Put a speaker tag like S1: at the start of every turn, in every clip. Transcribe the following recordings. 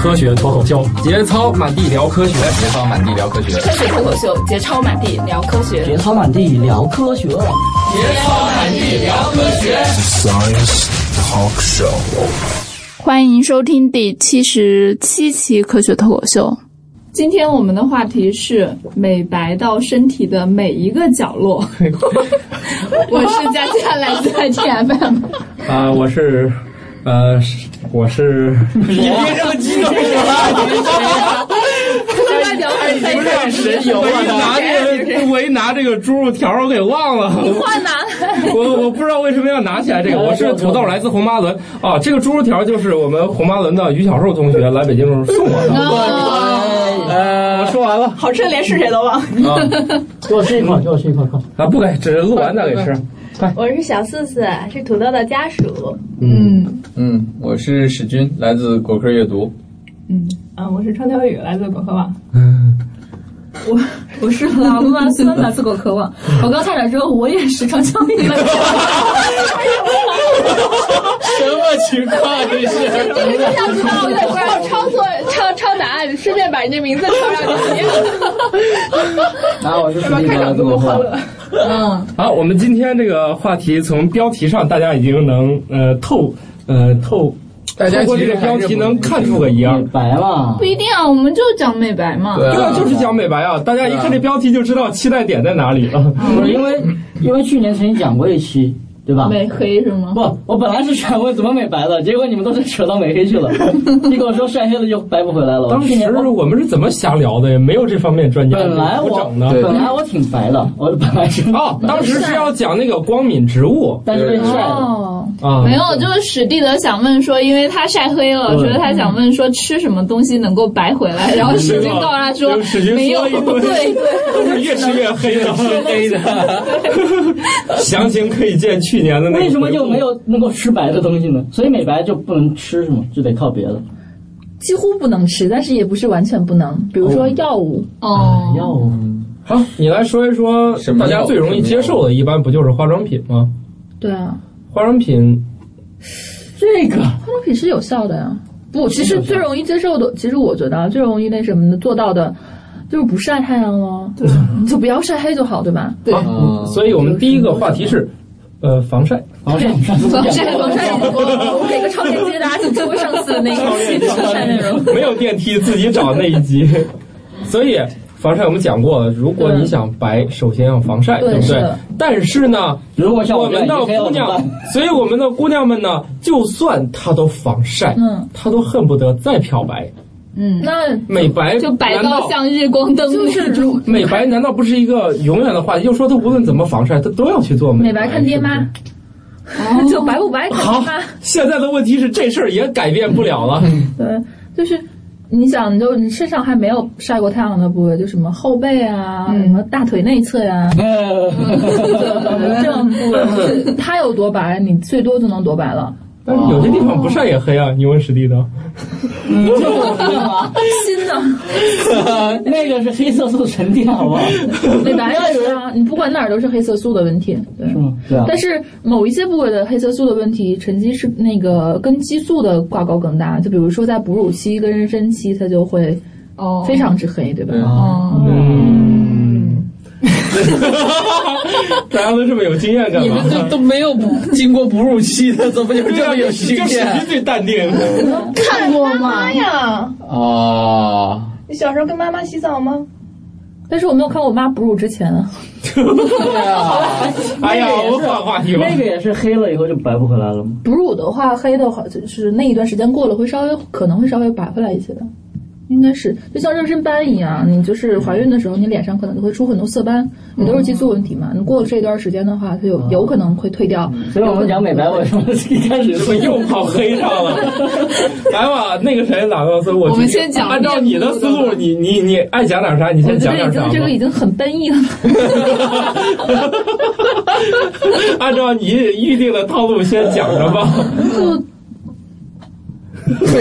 S1: 科学脱口秀，节操满地聊科学，
S2: 节操满地聊科学，
S3: 科学脱口秀，节操满地聊科学，
S4: 节操满地聊科学，节
S5: 操满地聊科学。
S6: Science Talk Show，
S7: 欢迎收听第七十七期科学脱口秀。
S8: 今天我们的话题是美白到身体的每一个角 落。 我是佳佳，来自 ITFM。
S9: 啊，我是，呃，我是。
S2: 你别这么激动啊！
S8: 外表还
S2: 是神游
S9: 啊！拿个，我一拿这个猪肉条，我给忘了。
S8: 我拿，
S9: 我我不知道为什么要拿起来这个。我是土豆，来自红巴伦啊。这个猪肉条就是我们红巴伦的于小寿同学来北京时候送我的。呃，我说完了，
S10: 好吃连是谁都忘。
S4: 给我吃一口，给我吃一口，
S9: 啊，不给，只是录完再给吃。
S11: 我是小四四，是土豆的家属。
S2: 嗯嗯，我是史军，来自果壳阅读。
S10: 嗯啊，我是川条宇，来自果壳网。嗯，
S8: 我我是拉布拉孙，来自果壳网。我刚开始之后，我也时常相遇。
S2: 什么情况这是？
S11: 你们想知道我在哪抄错抄抄答案，顺便把人家名字抄上去。
S2: 然后我就开始
S10: 多欢乐。嗯，
S9: 好，我们今天这个话题从标题上，大家已经能呃透呃透。
S2: 大家
S9: 通过这个标题能看出个一样，
S4: 美白了
S8: 不一定啊，我们就讲美白嘛。
S9: 对啊，就是讲美白啊！大家一看这标题就知道期待点在哪里了。
S4: 不是因为，因为去年曾经讲过一期，对吧？
S8: 美黑是吗？
S4: 不，我本来是想问怎么美白的，结果你们都是扯到美黑去了。你跟我说晒黑了就白不回来了。
S9: 当时我们是怎么瞎聊的呀？没有这方面专家。
S4: 本来我本来我挺白的，我本来是
S9: 哦，当时是要讲那个光敏植物，
S4: 但是被晒
S8: 了。
S12: 嗯
S8: 啊，没有，就是史蒂德想问说，因为他晒黑了，觉得他想问说吃什么东西能够白回 来，然后史军告诉他
S12: 啊
S8: 说没有， 对对，
S9: 都是越吃越黑的，
S2: 吃黑
S9: 的。详情可以见去年的那。
S4: 为什么就没有能够吃白的东西呢？所以美白就不能吃是吗？就得靠别的。
S12: 几乎不能吃，但是也不是完全不能，比如说药物
S8: 哦，
S12: 嗯
S4: 药物。
S9: 好，你来说一说大家最容易接受的，一般不就是化妆品吗？
S12: 对啊。
S9: 化妆品，
S4: 这个
S12: 化妆品是有效的呀。不，其实最容易接受的，其实我觉得最容易那什么的做到的，就是不晒太阳了。
S8: 对，
S12: 你 就不要晒黑就好，对吧？
S8: 对。
S9: 啊所以我们第一个话题是，呃，防晒，
S4: 防晒，
S12: 防晒，防晒。我我给个超链接，大家请听上次 那一期防晒内容。
S9: 没有电梯，自己找那一集。所以防晒我们讲过了，如果你想白，首先要防晒，对不对？但是呢。
S4: 如果像
S9: 我们的姑娘，所以我们的姑娘们呢，就算她都防晒，
S12: 嗯，
S9: 她都恨不得再漂白，
S12: 嗯，那
S9: 美白
S8: 就白到像日光灯
S12: 那种。
S9: 美白难道不是一个永远的话题？就说她无论怎么防晒，她都要去做
S12: 美
S9: 白，
S12: 看爹妈，
S8: 哦
S12: 就白不白看爹妈。
S9: 现在的问题是这事儿也改变不了了。
S12: 对，就是你想，就你身上还没有晒过太阳的部位，就什么后背啊，什么大腿内侧呀。这样不，它有多白，你最多就能多白了。
S9: 但是有些地方不晒也黑啊，你问史蒂德。
S4: 你就吗？
S12: 新
S4: 的， 那个是黑色素沉淀，好不好？
S12: 美白是啊，你不管哪儿都是黑色素的问题，对。
S4: 是吗？对啊。
S12: 但是某一些部位的黑色素的问题，沉积是那个跟激素的挂钩更大，就比如说在哺乳期跟妊娠期，它就会
S8: 哦
S12: 非常之黑，对吧？
S8: 哦。
S9: 嗯。 大家都这么有经验干
S2: 嘛？你 们都没有经过哺乳期的，怎么就这么有经
S4: 啊
S2: 验？
S9: 最淡定。
S8: 看过吗？
S11: 呀！
S2: 哦，
S11: 你小时候跟妈妈洗澡吗？
S12: 但是我没有看我妈哺乳之前啊。
S2: 对啊。
S9: 哎呀，我换话题吧。
S4: 那个也是黑了以后就白不回来了吗？
S12: 哺乳的话，黑的话就是那一段时间过了，会稍微可能会稍微白回来一些的。应该是就像妊娠斑一样，你就是怀孕的时候，你脸上可能就会出很多色斑，你都是激素问题嘛。你过了这段时间的话，它
S9: 嗯
S12: 有有可能会退掉。
S4: 所以我们讲美白，为什么一开始
S9: 怎么又跑黑上 了？来吧，那个谁，喇叭孙，我
S8: 我们先讲。
S9: 按照你的思路，你你你爱讲点啥，你先讲点啥。
S12: 这个已经很奔逸了。
S9: 按照你预定的套路，先讲着吧。
S12: 就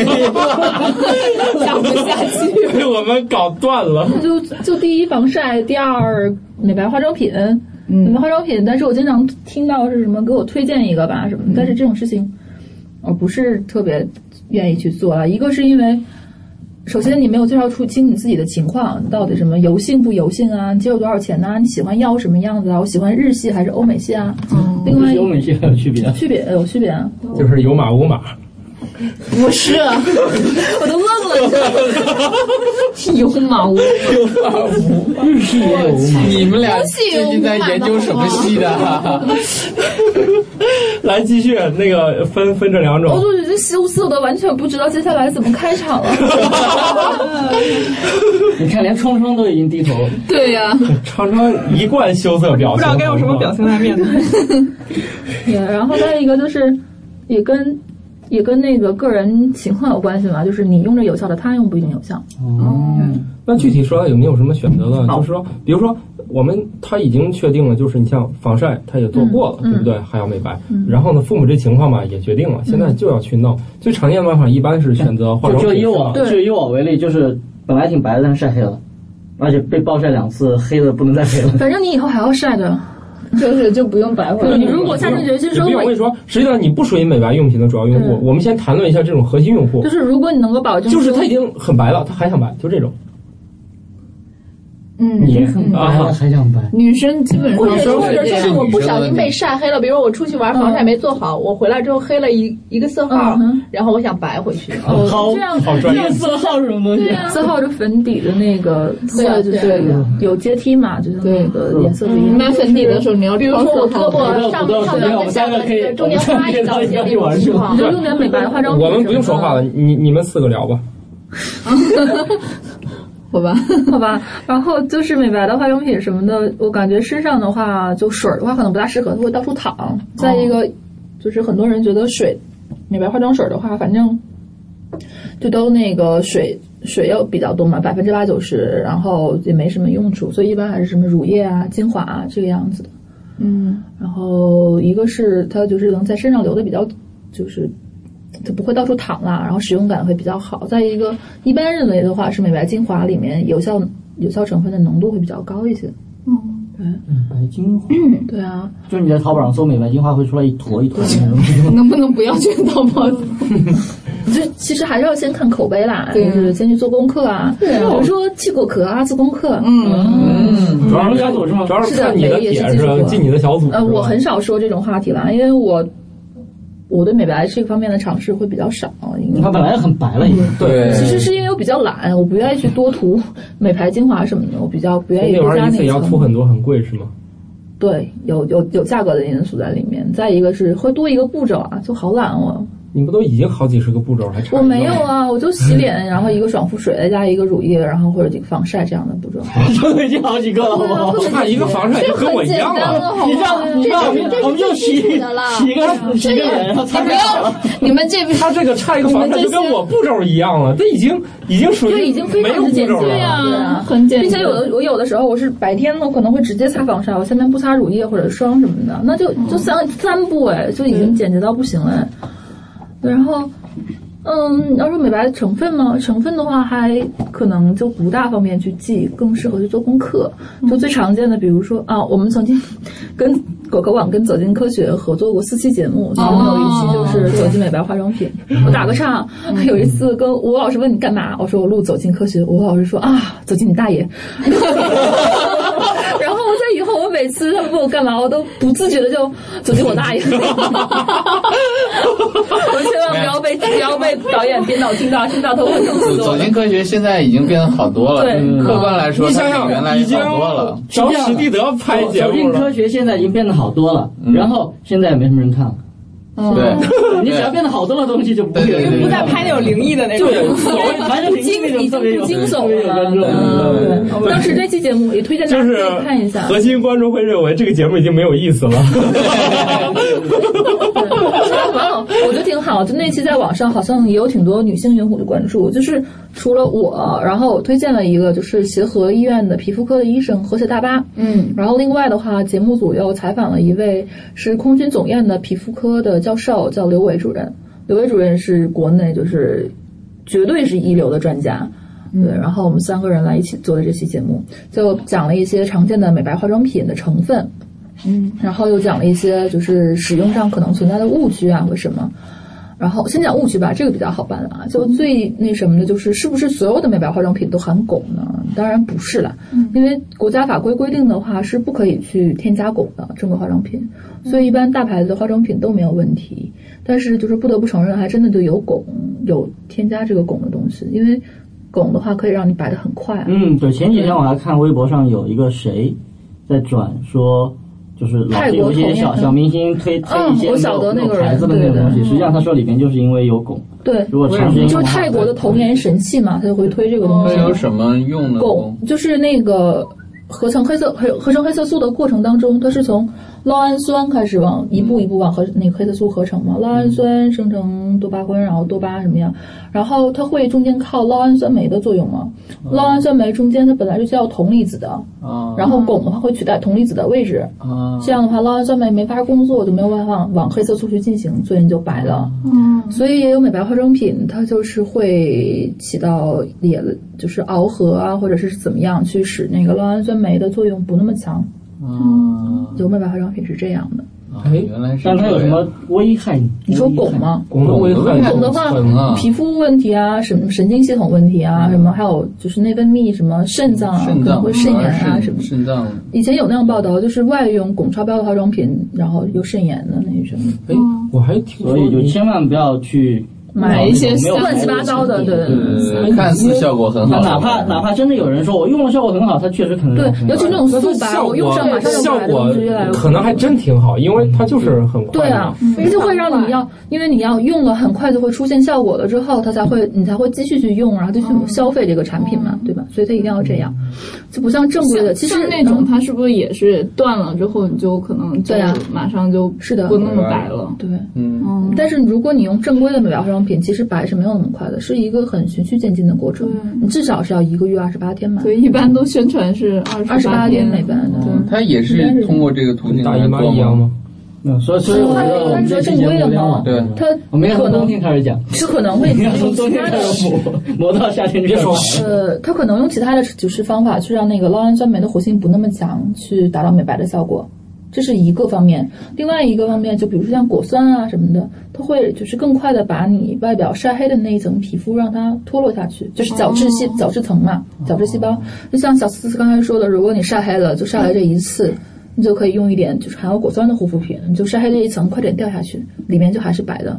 S8: 讲不下去，
S9: 被我们搞断了。
S12: 就就第一防晒，第二美白化妆品，美白化妆品。但是我经常听到是什么给我推荐一个吧什么，但是这种事情我不是特别愿意去做了。一个是因为首先，你没有介绍出清你自己的情况，到底什么油性不油性啊？你接受多少钱呐、啊？你喜欢药什么样子啊？我喜欢日系还是欧美系啊？嗯、另外，
S4: 欧美系还有区别？
S12: 区别有区别啊！
S9: 就是有码无码。
S8: 不是、啊，我都愣了。有马无
S2: 马，
S4: 日系也有马。
S2: 你们俩最近在研究什么系的、啊？
S9: 来继续，那个分分这两种。
S12: 我就觉得羞涩的，完全不知道接下来怎么开场了。
S4: 你看，连冲冲都已经低头。
S8: 对呀、啊，
S9: 冲冲一贯羞涩表情，不
S10: 知道该用
S9: 啊
S10: 什么表情来面对。
S12: Yeah, 然后再一个就是，也跟。也跟那个个人情况有关系嘛，就是你用着有效的，他用不一定有效。
S9: 哦、嗯，那具体说来有没有什么选择呢？就是说，比如说我们他已经确定了，就是你像防晒，他也做过了，
S12: 嗯、
S9: 对不对？还要美白，嗯、然后呢，父母这情况吧也决定了，现在
S10: 嗯
S9: 就要去弄。最常见的办法一般是选择化妆
S4: 就以我就以我为例，就是本来挺白的，但晒黑了，而且被暴晒两次，黑的不能再黑了。
S12: 反正你以后还要晒的。
S8: 就是就不用白回来。
S12: 你如果下定决心说，
S9: 我跟你说，实际上你不属于美白用品的主要用户。我们先谈论一下这种核心用户。
S12: 就是如果你能够保证，
S9: 就是他已经很白了，他还想白，就这种。
S8: 嗯，
S4: 你很白啊了还想白？
S8: 女生基本上，
S11: 或
S12: 啊
S11: 者或者说是我不小心被晒黑了，比如我出去玩
S8: 嗯
S11: 防晒没做好，我回来之后黑了一一个色号，然后我想白回去。
S9: 好，
S12: 这样
S9: 好专业。
S4: 色号什么东西？
S12: 色号就粉底的那个色，
S8: 对嗯
S12: 有阶梯嘛，就是那个颜色不一样。
S8: 买粉底的时候你要，
S11: 比如说我胳膊上上面跟下面中间画一道阶梯，
S12: 你就用点美白化妆
S9: 品。我们不用说话了，你你们四个聊吧。
S12: 好吧， 好吧，然后就是美白的化妆品什么的，我感觉身上的话，就水的话可能不大适合，它会到处淌。再一个，就是很多人觉得水，美白化妆水的话，反正就都那个水水要比较多嘛，百分之八九十，然后也没什么用处，所以一般还是什么乳液啊、精华啊这个样子的。
S8: 嗯，
S12: 然后一个是它就是能在身上留的比较，就是。它不会到处淌啦，然后使用感会比较好。再一个，一般认为的话是美白精华里面有效有效成分的浓度会比较高一些。
S8: 嗯，
S12: 对，
S4: 美白精华，
S12: 对啊，
S4: 就是你在淘宝上搜美白精华会出来一坨一坨的那
S8: 种。能不能不要去淘宝？
S12: 就其实还是要先看口碑啦，
S8: 对，
S12: 就是先去做功课啊，比如说去果壳啊，做功课。
S9: 嗯，主要是小组是吗？主要
S12: 是
S9: 看你的帖是进你的小组。
S12: 呃，我很少说这种话题啦，因为我。我对美白这个方面的尝试会比较少，因为
S9: 嗯
S4: 它本来很白了已经。
S9: 对，
S12: 其实是因为我比较懒，我不愿意去多涂 美白精华什么的，我比较不愿意
S9: 多加那
S12: 一
S9: 次也要涂很多，很贵是吗？
S12: 对，有有有价格的因素在里面。再一个是会多一个步骤啊，就好懒哦。
S9: 你不都已经好几十个步骤还差？
S12: 我没有啊，我就洗脸，然后一个爽肤水，再加一个乳液，然后或者这个防晒这样的步骤。
S4: 都已经好几个了，
S9: 差一个防晒就跟我一样了。
S4: 你让，你让，我们就洗洗个洗个脸，然后擦
S8: 脸。你们这
S9: 他这个差一个防晒就跟我步骤一样了，这已经已经属于
S12: 就已经非常简洁
S8: 啊，很简
S12: 洁。并且有的我有的时候我是白天我可能会直接擦防晒，我下面不擦乳液或者霜什么的，那就就三三步哎，就已经简洁到不行了。然后，嗯，要说美白成分嘛，成分的话还可能就不大方便去记，更适合去做功课。就最常见的，比如说啊，我们曾经跟果壳网跟走进科学合作过四期节目，其中有一期就是走进美白化妆品。我打个岔，有一次跟吴老师问你干嘛，我说我录走进科学，吴老师说啊，走进你大爷。然后在以后我每次他问我干嘛，我都不自觉的就走进我大爷。我千万不要被不要被导演、编导听到，听到他会痛死
S2: 走进科学现在已经变得好多了，嗯客观来说，
S9: 你想想，
S2: 原来
S9: 已经
S2: 好多了。
S9: 找史蒂德拍节目
S4: 走进科学现在已经变得好多了，然后现在也没什么人看了。
S2: 对，
S4: 你只要变得好多的东西就不会
S10: 不再拍那种灵异的那种，
S4: 反正
S12: 惊已经不惊悚
S4: 了。
S12: 当时这期节目也推荐大家看一下，
S9: 核心观众会认为这个节目已经没有意 思了。
S12: 我觉得挺好，就那期在网上好像也有挺多女性用户的关注。就是除了我，然后我推荐了一个就是协和医院的皮肤科的医生和谐大巴，
S8: 嗯，
S12: 然后另外的话，节目组又采访了一位是空军总院的皮肤科的教授，叫刘伟主任。刘伟主任是国内就是绝对是一流的专家。对，然后我们三个人来一起做的这期节目，就讲了一些常见的美白化妆品的成分。
S8: 嗯，
S12: 然后又讲了一些就是使用上可能存在的误区啊，或什么，然后先讲误区吧，这个比较好办了啊。就最那什么的就是，是不是所有的美白化妆品都含汞呢？当然不是啦，嗯、因为国家法规规定的话是不可以去添加汞的中国化妆品，所以一般大牌子的化妆品都没有问题。但是就是不得不承认，还真的就有汞，有添加这个汞的东西，因为汞的话可以让你白的很快、啊。
S4: 嗯，对，前几天我还看微博上有一个谁在转说。就是老是有一些小小明星推推一些那个牌子的那种东西，实际上他说里面就是因为有汞。
S12: 对，
S4: 如果长时间
S12: 就是泰国的童颜神器嘛，他就会推这个东西。
S13: 它有什么用呢？
S12: 汞就是那个合成黑色合合成黑色素的过程当中，它是从酪氨酸开始往一步一步往合那个黑色素合成嘛，酪氨酸生成多巴胺，然后多巴什么样，然后它会中间靠酪氨酸酶的作用嘛，酪氨酸酶中间它本来是叫铜离子的。
S2: 啊
S12: 然后汞的话会取代铜离子的位置，啊、这样的话酪氨酸酶没法工作，就没有办法往黑色素去进行，所以你就白了。嗯，所以也有美白化妆品，它就是会起到也就是螯合啊，或者是怎么样去使那个酪氨酸酶的作用不那么强。
S2: 啊
S12: 嗯，有美白化妆品是这样的。
S13: 哎，原来是。
S4: 但它有什么危害？
S12: 你说汞吗？
S9: 汞的危害，
S12: 汞的话，嗯皮肤问题啊，什么神经系统问题啊，什么还有就是内分泌，什么肾脏啊，可能会肾炎啊什么。
S13: 肾脏。
S12: 以前有那样报道，就是外用汞超标的化妆品，然后有肾炎的那什么。
S9: 哎，我还听。
S4: 所以就千万不要去
S12: 买一些乱七八糟的，对
S13: 对
S2: 呃
S13: 对，看似效果很好，
S4: 啊哪怕哪怕真的有人说我用了效果很好，它确实可能
S12: 对，尤其那种素白，我用上马上就白了，
S9: 可能还真挺好。因为它就是很快，
S12: 对啊，
S8: 嗯
S12: 它就会让你要，因为你要用了，很快就会出现效果了，之后它才会，你才会继续去用，然后就
S8: 哦
S12: 去消费这个产品嘛，对吧？所以它一定要这样，就不像正规的。其实嗯
S8: 那种它是不是也是断了之后，你就可能
S12: 对啊，
S8: 马上就是
S12: 的
S8: 不那么白了，
S12: 对，嗯。但是如果你用正规的美白化妆品，其实白是没有那么快的，是一个很循序渐进的过程，你至少是要一个月二十八天嘛。
S8: 所以一般都宣传是
S12: 二十
S8: 八
S12: 天美白的，
S13: 它也是通过这个途径
S9: 大姨妈一样吗？
S4: 嗯，所以所以我觉得我们这期节目
S12: 嘛，
S13: 对，
S12: 它
S4: 我们要从冬天开始讲，
S12: 是可能会
S4: 从冬天开 始磨磨到夏天就说
S12: 呃，它可能用其他的就是方法去让那个酪氨酸酶的活性不那么强，去达到美白的效果，这是一个方面。另外一个方面，就比如说像果酸啊什么的，它会就是更快的把你外表晒黑的那一层皮肤让它脱落下去，就是角质细角质层嘛，角质细胞。就像小思思刚才说的，如果你晒黑了，就晒黑这一次。你就可以用一点就是含有果酸的护肤品，你就晒黑这一层，快点掉下去，里面就还是白的。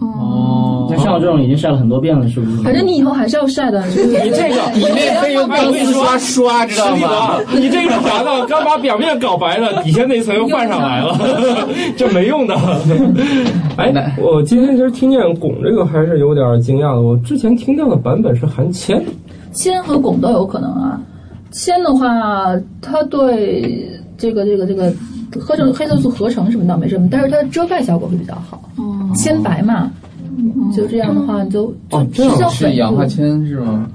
S4: 哦， 那像我这种已经晒了很多遍了，是不是？
S12: 反正你以后还是要晒的。
S9: 你这个，
S13: 你那可以用钢丝刷刷，知道吗？
S9: 你这个啥呢？刚把表面搞白了，底下那层又换上来了， 这没 用的。哎，我今天其实听见汞这个还是有点惊讶的。我之前听到的版本是含铅，
S12: 铅和汞都有可能啊。铅的话，它对。这个这个这个合成黑色素合成什么倒没什么，但是它的遮盖效果会比较好。哦，铅白嘛，就这样的话你就
S13: 哦，这样是氧化铅是吗？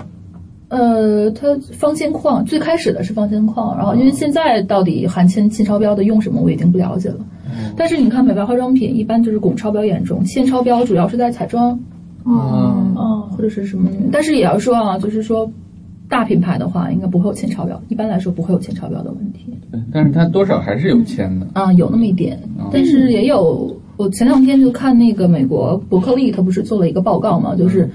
S12: 呃，它芳铅矿最开始的是芳铅矿，然后因为现在到底含铅铅超标的用什么我已经不了解了。
S13: 哦
S12: 但是你看美白化妆品一般就是汞超标严重，铅超标主要是在彩妆，
S8: 哦
S12: 嗯嗯或者是什么，但是也要说啊，就是说。大品牌的话，应该不会有铅超标，一般来说不会有铅超标的问题。
S13: 对，但是它多少还是有铅的。
S12: 啊、嗯嗯，有那么一点，但是也有。我前两天就看那个美国伯克利，他不是做了一个报告嘛，就是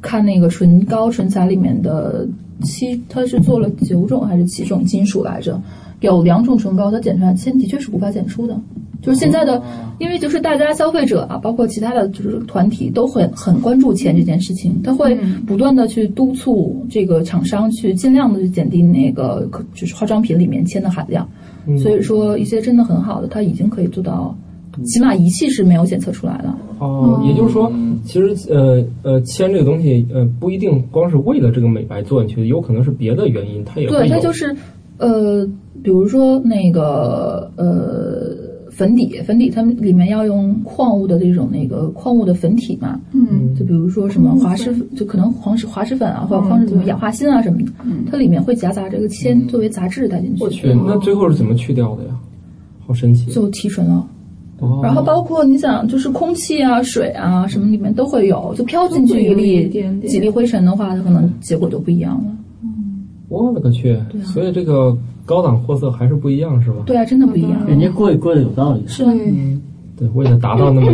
S12: 看那个唇膏、唇彩里面的七，他是做了九种还是七种金属来着？有两种唇膏，它检出来铅的确是无法检出的。就是现在的，因为就是大家消费者啊，包括其他的就是团体都很很关注钱这件事情，他会不断的去督促这个厂商去尽量的去减低那个就是化妆品里面铅的含量。所以说一些真的很好的，它已经可以做到，起码仪器是没有检测出来的。
S9: 哦，也就是
S12: 嗯
S9: 说，其实呃呃，铅这个东西呃不一定光是为了这个美白做进去的，有可能是别的原因，它也
S12: 对它就是呃，比如说那个呃。粉底，粉底，它们里面要用矿物的这种那个矿物的粉体嘛，嗯，就比如说什么滑石，就可能黄石滑石粉啊，或者矿石氧化锌啊什么的，它里面会夹杂这个铅作为杂质带进去。
S9: 我去，那最后是怎么去掉的呀？好神奇！啊
S12: 就提纯了，然后包括你想，就是空气啊、水啊什么里面都会有，就飘进去一粒几粒灰尘的话，它可能结果就不一样了。
S9: 我勒个去！
S12: 啊
S9: 所以这个高档货色还是不一样，是吧？
S12: 对啊，真的不一样。
S4: 人家贵贵的有道理。
S12: 是吧？嗯
S9: 对，为了达到那么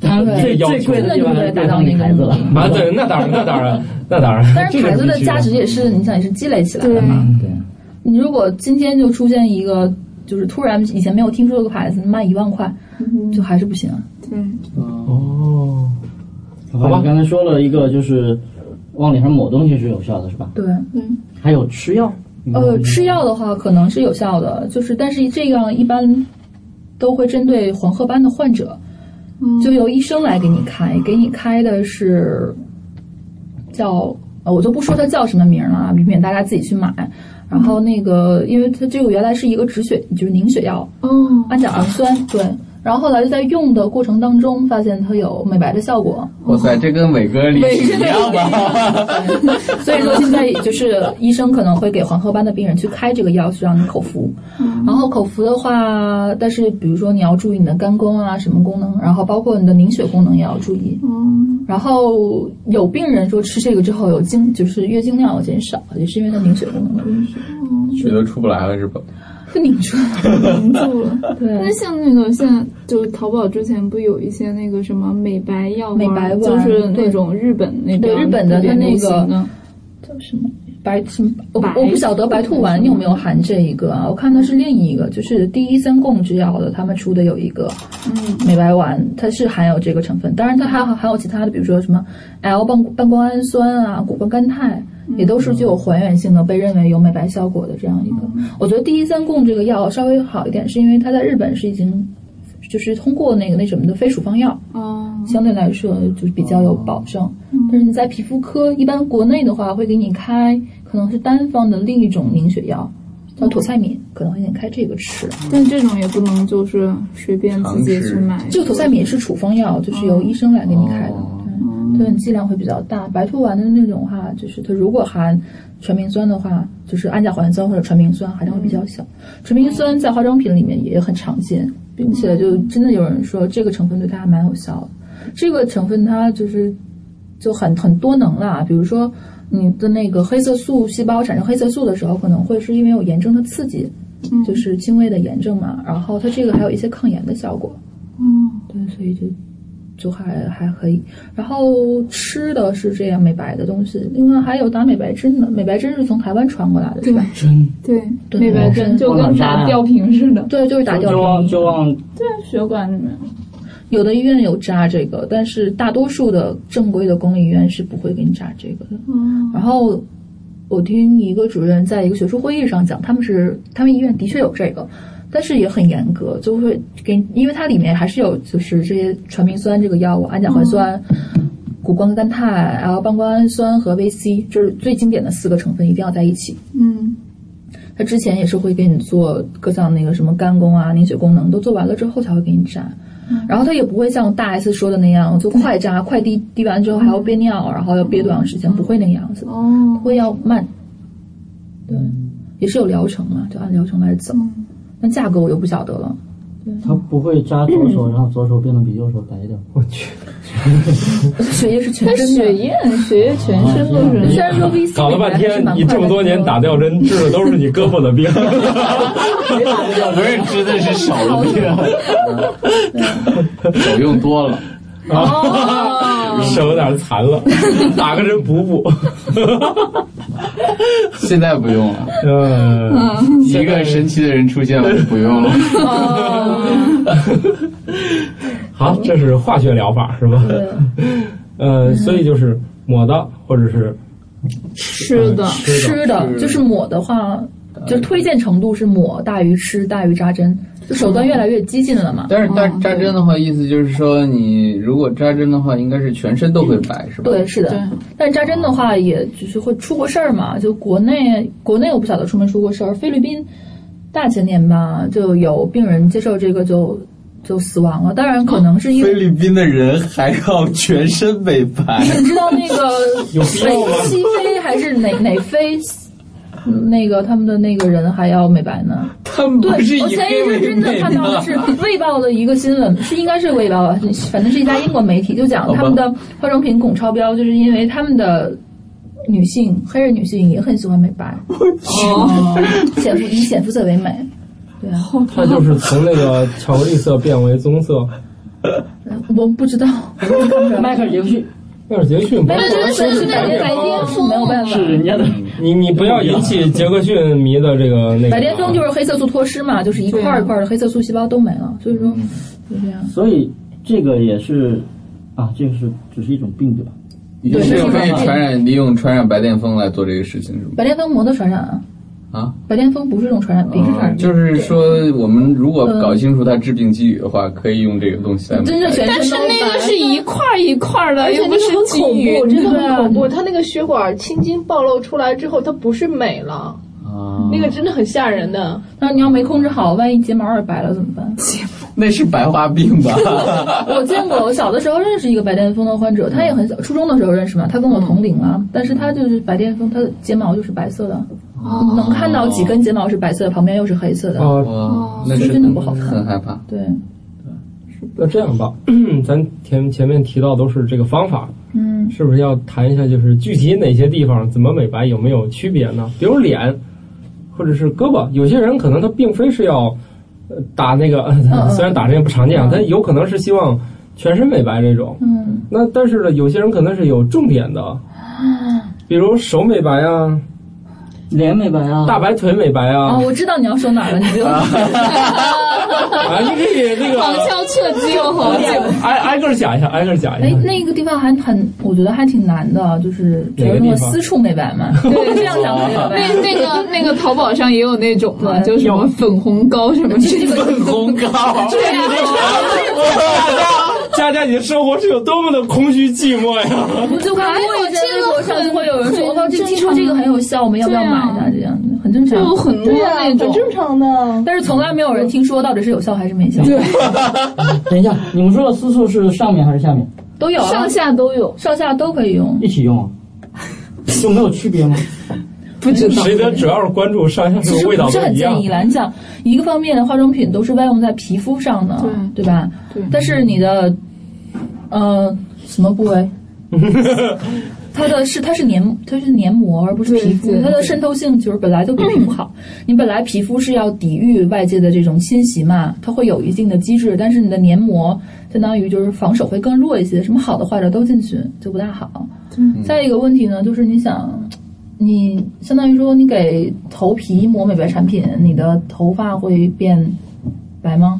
S4: 他最最贵的地方是打到那个孩子了啊！
S9: 对，那当然，那当然，那当然。
S12: 但是孩子的价值也是，你想也是积累起来的嘛。
S4: 嗯
S12: 对，你如果今天就出现一个，就是突然以前没有听说过牌子卖一万块，就还是不行啊。
S4: 对，哦，好吧，刚才说了一个就是往脸上抹东西是有效的，是吧？
S12: 对，
S4: 嗯。还有吃药。
S12: 呃，吃药的话可能是有效的，就是但是这样一般都会针对黄褐斑的患者，就由医生来给你开，给你开的是叫呃，我就不说它叫什么名了，啊以免大家自己去买。然后那个，因为它这个原来是一个止血，就是凝血药，
S8: 哦，
S12: 氨甲氨酸，对。然后后来就在用的过程当中，发现它有美白的效果。
S13: 哇塞，这跟伟哥理一样吧？
S12: 所以说现在就是医生可能会给黄褐斑的病人去开这个药，去让你口服。嗯、然后口服的话，但是比如说你要注意你的肝功啊什么功能，然后包括你的凝血功能也要注意。
S8: 嗯。
S12: 然后有病人说吃这个之后有经就是月经量有减少，也、就是因为它凝血功能的问题。
S13: 血都出不来了是吧？
S12: 就凝住
S8: 了，凝住了。
S12: 对，
S8: 那像那个现在就是淘宝之前不有一些那个什么美白药
S12: 美白
S8: 丸，就是那种日本那边
S12: 日本的它那个
S8: 叫
S12: 什么白什么？我我不晓得白兔丸有没有含这一个啊？我看它是另一个，就是第一三共制药的，他们出的有一个
S8: 嗯
S12: 美白丸，它是含有这个成分。当然它还含有其他的，比如说什么 L 半半胱氨酸啊、谷胱甘肽。也都是具有还原性的，被认为有美白效果的这样一个。我觉得第一三共这个药稍微好一点，是因为它在日本是已经就是通过那个那什么的非处方药，
S8: 哦，
S12: 相对来说就是比较有保证。但是你在皮肤科，一般国内的话会给你开可能是单方的另一种凝血药，叫妥赛敏，可能会给你开这个吃。
S8: 但这种也不能就是随便自己去买。
S12: 这个妥赛敏是处方药，就是由医生来给你开的。对，剂量会比较大。白兔丸的那种话，就是它如果含传明酸的话，就是氨甲环酸或者传明酸含量会比较小。传明酸在化妆品里面也很常见，并且就真的有人说这个成分对它还蛮有效的。这个成分它就是就很很多能啦，比如说你的那个黑色素细胞产生黑色素的时候，可能会是因为有炎症的刺激，
S8: 嗯
S12: 就是轻微的炎症嘛。然后它这个还有一些抗炎的效果。
S8: 嗯，
S12: 对，所以就。就还还可以，然后吃的是这样美白的东西，另外还有打美白针的，美白针是从台湾传过来的，是吧？
S4: 针
S8: 对，美白针就跟打吊瓶似的，
S12: 对，就是打吊瓶，就
S4: 往就往
S8: 对血管里面。
S12: 有的医院有扎这个，但是大多数的正规的公立医院是不会给你扎这个的。
S8: 嗯、
S12: 然后我听一个主任在一个学术会议上讲，他们是他们医院的确有这个。但是也很严格，就会给，因为它里面还是有就是这些传明酸这个药物、氨甲环
S8: 嗯
S12: 酸、谷胱甘肽、L 半胱氨酸和维 C，就是最经典的四个成分一定要在一起。
S8: 嗯，
S12: 它之前也是会给你做各项那个什么肝功啊、凝血功能都做完了之后才会给你扎，
S8: 嗯、
S12: 然后它也不会像大 S 说的那样就快扎、快滴，滴完之后还要憋尿，然后要憋多长时间，不会那样子，
S8: 嗯哦，
S12: 会要慢，对，也是有疗程嘛，就按疗程来走。
S8: 嗯
S12: 那价格我就不晓得了。
S4: 它不会扎左手，然后左手变得比右手白一点。
S9: 我去，
S12: 血液是全身的，
S8: 血 液血液全身都是。
S12: 虽然说 V C
S9: 搞了半天，你这么多
S12: 嗯
S9: 年打吊针治的都是你胳膊的病，
S13: 不是治的是手的病，手用多了，
S12: 哦
S9: 手有点残 了，打个针补补。
S13: 现在不用了。
S12: 嗯
S9: 呃，
S13: 一个神奇的人出现了，不用了。
S9: 好，这是化学疗法是吧？ 呃，所以就是抹的或者是
S8: 吃的，
S12: 吃的就是抹的话，就是推荐程度是抹大于吃大于扎针，就手段越来越激进了嘛。
S13: 但是扎扎针的话，意思就是说，你如果扎针的话，应该是全身都会白，是吧？
S12: 对，是的。但扎针的话，也就是会出过事儿嘛。就国内国内我不晓得出没出过事儿，菲律宾大前年吧，就有病人接受这个就就死亡了。当然，可能是因为
S13: 菲律宾的人还要全身美白，
S12: 你知道那个
S9: 有必要吗？
S12: 西非还是哪哪非？那个他们的那个人还要美白呢？
S13: 他们
S12: 对，
S13: 不是以
S12: 我前一阵真的看到的是《卫报》的一个新闻，是应该是《卫报》吧，反正是一家英国媒体就讲他们的化妆品汞超标，就是因为他们的女性黑人女性也很喜欢美白，
S8: 哦，
S12: 显肤以显肤色为美，对啊，
S9: 它就是从那个巧克力色变为棕色。
S12: 我不知道，
S4: 迈克尔·杰克逊。
S9: 迈克尔·杰克逊，
S12: 迈克尔·杰克逊是
S8: 白癜风，
S12: 没有办法，
S4: 是人家的。
S9: 你你不要引起杰克逊迷的这个那个。
S12: 白癜风就是黑色素脱失嘛，就是一块一块
S8: 啊
S12: 的黑色素细胞都没了，所以说就这样。
S4: 所以这个也是啊，这个是只是一种病对吧？
S13: 也是可以传染，利用传染白癜风来做这个事情是吗？
S12: 白癜风没得传染啊。
S13: 啊，
S12: 白癜风不是一种传染病，是传
S13: 哦
S12: 染病。
S13: 就是说，我们如果搞清楚它致病机理的话，可以用这个东西来。
S12: 呃真是全
S8: 但是那个是一块一块的，啊又不是啊
S11: 很恐怖，真的很恐怖。它那个血管青筋暴露出来之后，它不是美了，
S13: 啊
S11: 那个真的很吓人的。
S12: 但是你要没控制好，万一睫毛也白了怎么办？
S13: 那是白化病 吧？
S12: 哦我见过，我小的时候认识一个白癜风的患者，他也很小，初中的时候认识嘛，他跟我同龄啊，但是他就是白癜风，他的睫毛就是白色的。
S8: 哦
S12: 能看到几根睫毛是白色的，旁边又是黑色的，
S9: 啊
S13: 哦，那
S12: 真的不好看，
S13: 很害怕。
S12: 对，
S9: 那这样吧， 咱前前面提到都是这个方法，
S12: 嗯，
S9: 是不是要谈一下，就是具体哪些地方怎么美白，有没有区别呢？比如脸，或者是胳膊，有些人可能他并非是要呃打那个，
S12: 嗯
S9: 虽然打这个不常见啊，但有可能是希望全身美白这种，
S12: 嗯，啊
S9: 那但是呢，有些人可能是有重点的，比如手美白啊。
S4: 脸美白啊，
S12: 嗯
S9: 大白腿美白啊！
S12: 啊，我知道你要说哪了，你就
S9: 啊，你可以那个
S8: 旁敲侧击哦，好
S9: 挨挨个讲一下，挨个讲一下。
S12: 哎，那个地方还很，我觉得还挺难的，就是就是那个私处美白嘛，对，这样讲美白。
S8: 那那个那个淘宝上也有那种嘛，就是什么粉红膏什么之类
S13: 的。粉 红膏，
S8: 对啊呀，
S9: 大家，佳佳，你的生活是有多么的空虚寂寞呀！
S12: 我就看过一些微博上就会有人说，哦，这听说这个很有效，我们要不要买呢？
S8: 啊
S12: 这样。很正常，
S8: 就嗯啊很多那
S11: 种，很正常的。
S12: 但是从来没有人听说到底是有效还是没效。
S4: 对，等一下，你们说的私处是上面还是下面？
S12: 都有，啊
S8: 上下都有，
S12: 上下都可以用，
S4: 一起用啊？ 就没有区别吗？
S8: 不知道。
S9: 谁的主要是关注上下这个味道
S12: 不是很建议啦。你想，一个方面的化妆品都是外用在皮肤上的，对吧？
S8: 对。
S12: 但是你的，呃，什么部位？它的是它是黏它是黏膜而不是皮肤，它的渗透性就是本来就比皮肤好。你本来皮肤是要抵御外界的这种侵袭嘛，它会有一定的机制，但是你的黏膜相当于就是防守会更弱一些，什么好的坏的都进去就不大好。
S13: 嗯、
S12: 再一个问题呢，就是你想，你相当于说你给头皮抹美白产品，你的头发会变白吗？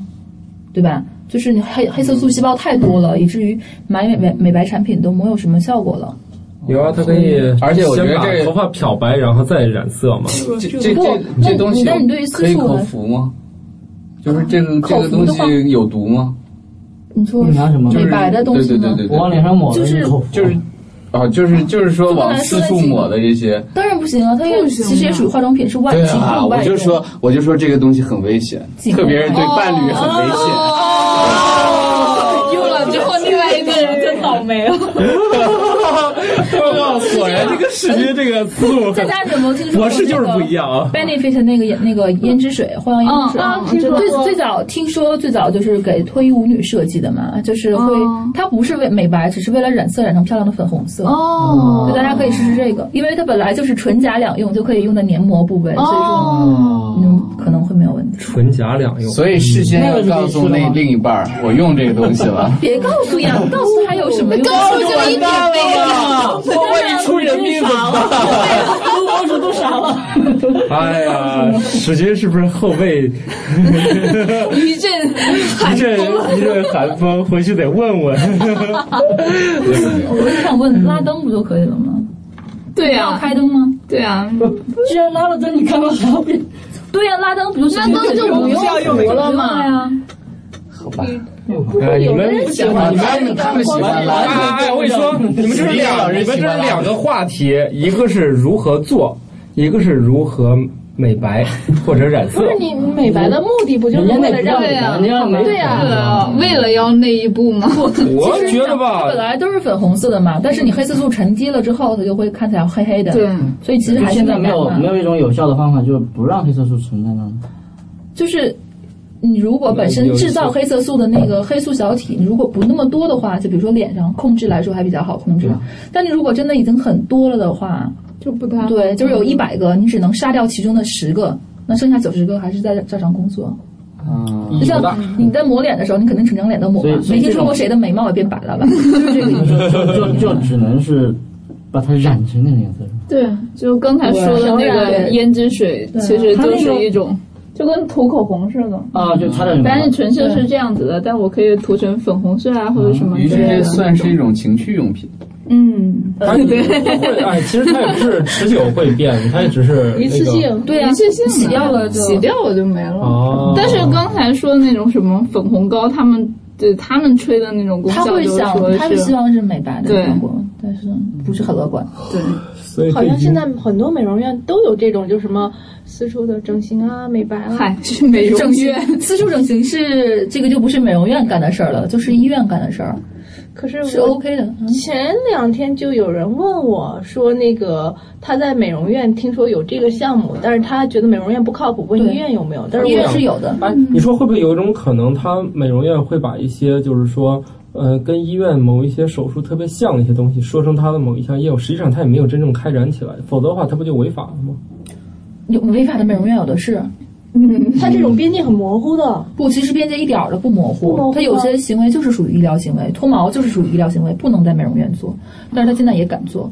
S12: 对吧？就是你黑黑色素细胞太多了，以至于买美美美白产品都没有什么效果了。
S9: 有啊，它可以，
S13: 而且我觉得这
S9: 头发漂白然后再染色嘛。
S13: 这这这这东西可以口服吗？就是
S12: 啊
S13: 这个这个东西有毒吗？
S12: 你说
S9: 嗯
S4: 拿什么
S12: 美白的东西？
S13: 对对对对，
S4: 往脸上抹
S12: 就是
S13: 就是啊，就是就是说往私处抹的这些，
S12: 当然不行啊，它也其实也属于化妆品，是外
S13: 对
S12: 用
S13: 啊，我就说我就说这个东西很危险，特别是对
S12: 哦
S13: 伴侣很危
S8: 险。哦用了之后，另外一个人就倒 霉了。
S9: 哎果然这个视觉这个思路，
S12: 大家有没有听说？
S9: 我是就是不一样啊。
S12: Benefit 那个那个胭脂水，化妆
S8: 哦
S12: 胭脂水，最最早听说最早就是给脱衣舞女设计的嘛，啊就是会它不是为美白，只是为了染色染成漂亮的粉红色。
S8: 哦，
S12: 大家可以试试这个，因为它本来就是唇颊两用，就可以用在黏膜部位，所以
S8: 哦
S12: 说嗯可能会没有问题。
S9: 唇颊两用，
S13: 所以事先要告诉那另一半我用这个东西了。
S12: 别告诉呀，告诉他有什么用？
S8: 告诉就一点没
S13: 用。我万一出人命怎么办？
S12: 公主都傻了。
S9: 哎呀，史军是不是后背
S8: 一阵
S9: 一 阵一阵寒风？回去得问问。
S12: 我想问，拉灯不就可以了吗？
S8: 对呀、
S12: 啊，开灯吗？
S8: 对呀、啊，
S4: 既然拉了灯，你干嘛还要变？
S12: 对呀、啊，拉灯不就是
S8: 拉灯就不用
S12: 油了
S8: 啊
S12: 吗？
S13: 好吧。
S9: 哎，你们
S11: 喜欢，
S13: 你们他们喜欢拉
S9: 哎，我跟你说，你们这是两，你们这是两个话题，一个是如何做，一个是如何美白或者染色。
S11: 不是你美白的目的不就是为了让
S4: 对呀？
S8: 对啊呀，哦为了要那一步吗？
S9: 我觉得吧，
S12: 本来都是粉红色的嘛，但是你黑色素沉积了之后，它就会看起来黑黑的。
S8: 对，
S12: 所以其实还
S4: 嗯现在没有没有一种有效的方法，就是不让黑色素存在那。
S12: 就是。你如果本身制造黑色素的那个黑素小体，你如果不那么多的话，就比如说脸上控制来说还比较好控制。但你如果真的已经很多了的话，
S11: 就不大
S12: 对，就是有一百个，你只能杀掉其中的十个，那剩下九十个还是在照常工作。就
S4: 嗯
S12: 像你在抹脸的时候，你肯定整张脸都抹了。没听说过谁的眉毛也变白了吧？就是这个意
S4: 思。就就只能是把它染成那个颜色。
S8: 对，就刚才说的那个胭脂水，其实就是一种。就跟涂口红似的
S4: 啊，就它的
S8: 反正唇色是这样子的，但我可以涂成粉红色啊，或者什么。
S13: 于是这算是一种情趣用品。
S8: 嗯，
S9: 对， 会哎，其实它也不是持久会变，它也只是
S11: 一次性，
S8: 对啊，
S11: 一次性
S8: 洗掉了，洗掉了就没
S9: 哦
S8: 了。但是刚才说的那种什么粉红膏，他们对他们吹的那种功效，
S12: 他会想，他
S8: 们
S12: 希望是美白的效果，但是不是很乐观。
S8: 对。
S11: 好像现在很多美容院都有这种，就什么私处的整形啊、美白啊。
S8: 嗨，是美容
S12: 院私处整形是这个就不是美容院干的事儿了，就是医院干的事儿。
S11: 可是
S12: 是 OK 的。嗯
S11: 前两天就有人问我说，那个他在美容院听说有这个项目，但是他觉得美容院不靠谱，问医院有没有？但是
S12: 医院是有的。
S9: 哎，你说会不会有一种可能，他美容院会把一些就是说。呃，跟医院某一些手术特别像的一些东西，说成它的某一项业务，实际上它也没有真正开展起来，否则的话，它不就违法了吗？
S12: 有违法的美容院有的是，
S11: 嗯，它这种边界很模糊的。
S12: 不，其实边界一点儿都不模糊，
S11: 模糊
S12: 它有些行为就是属于医疗行为，脱毛就是属于医疗行为，不能在美容院做，但是他现在也敢做。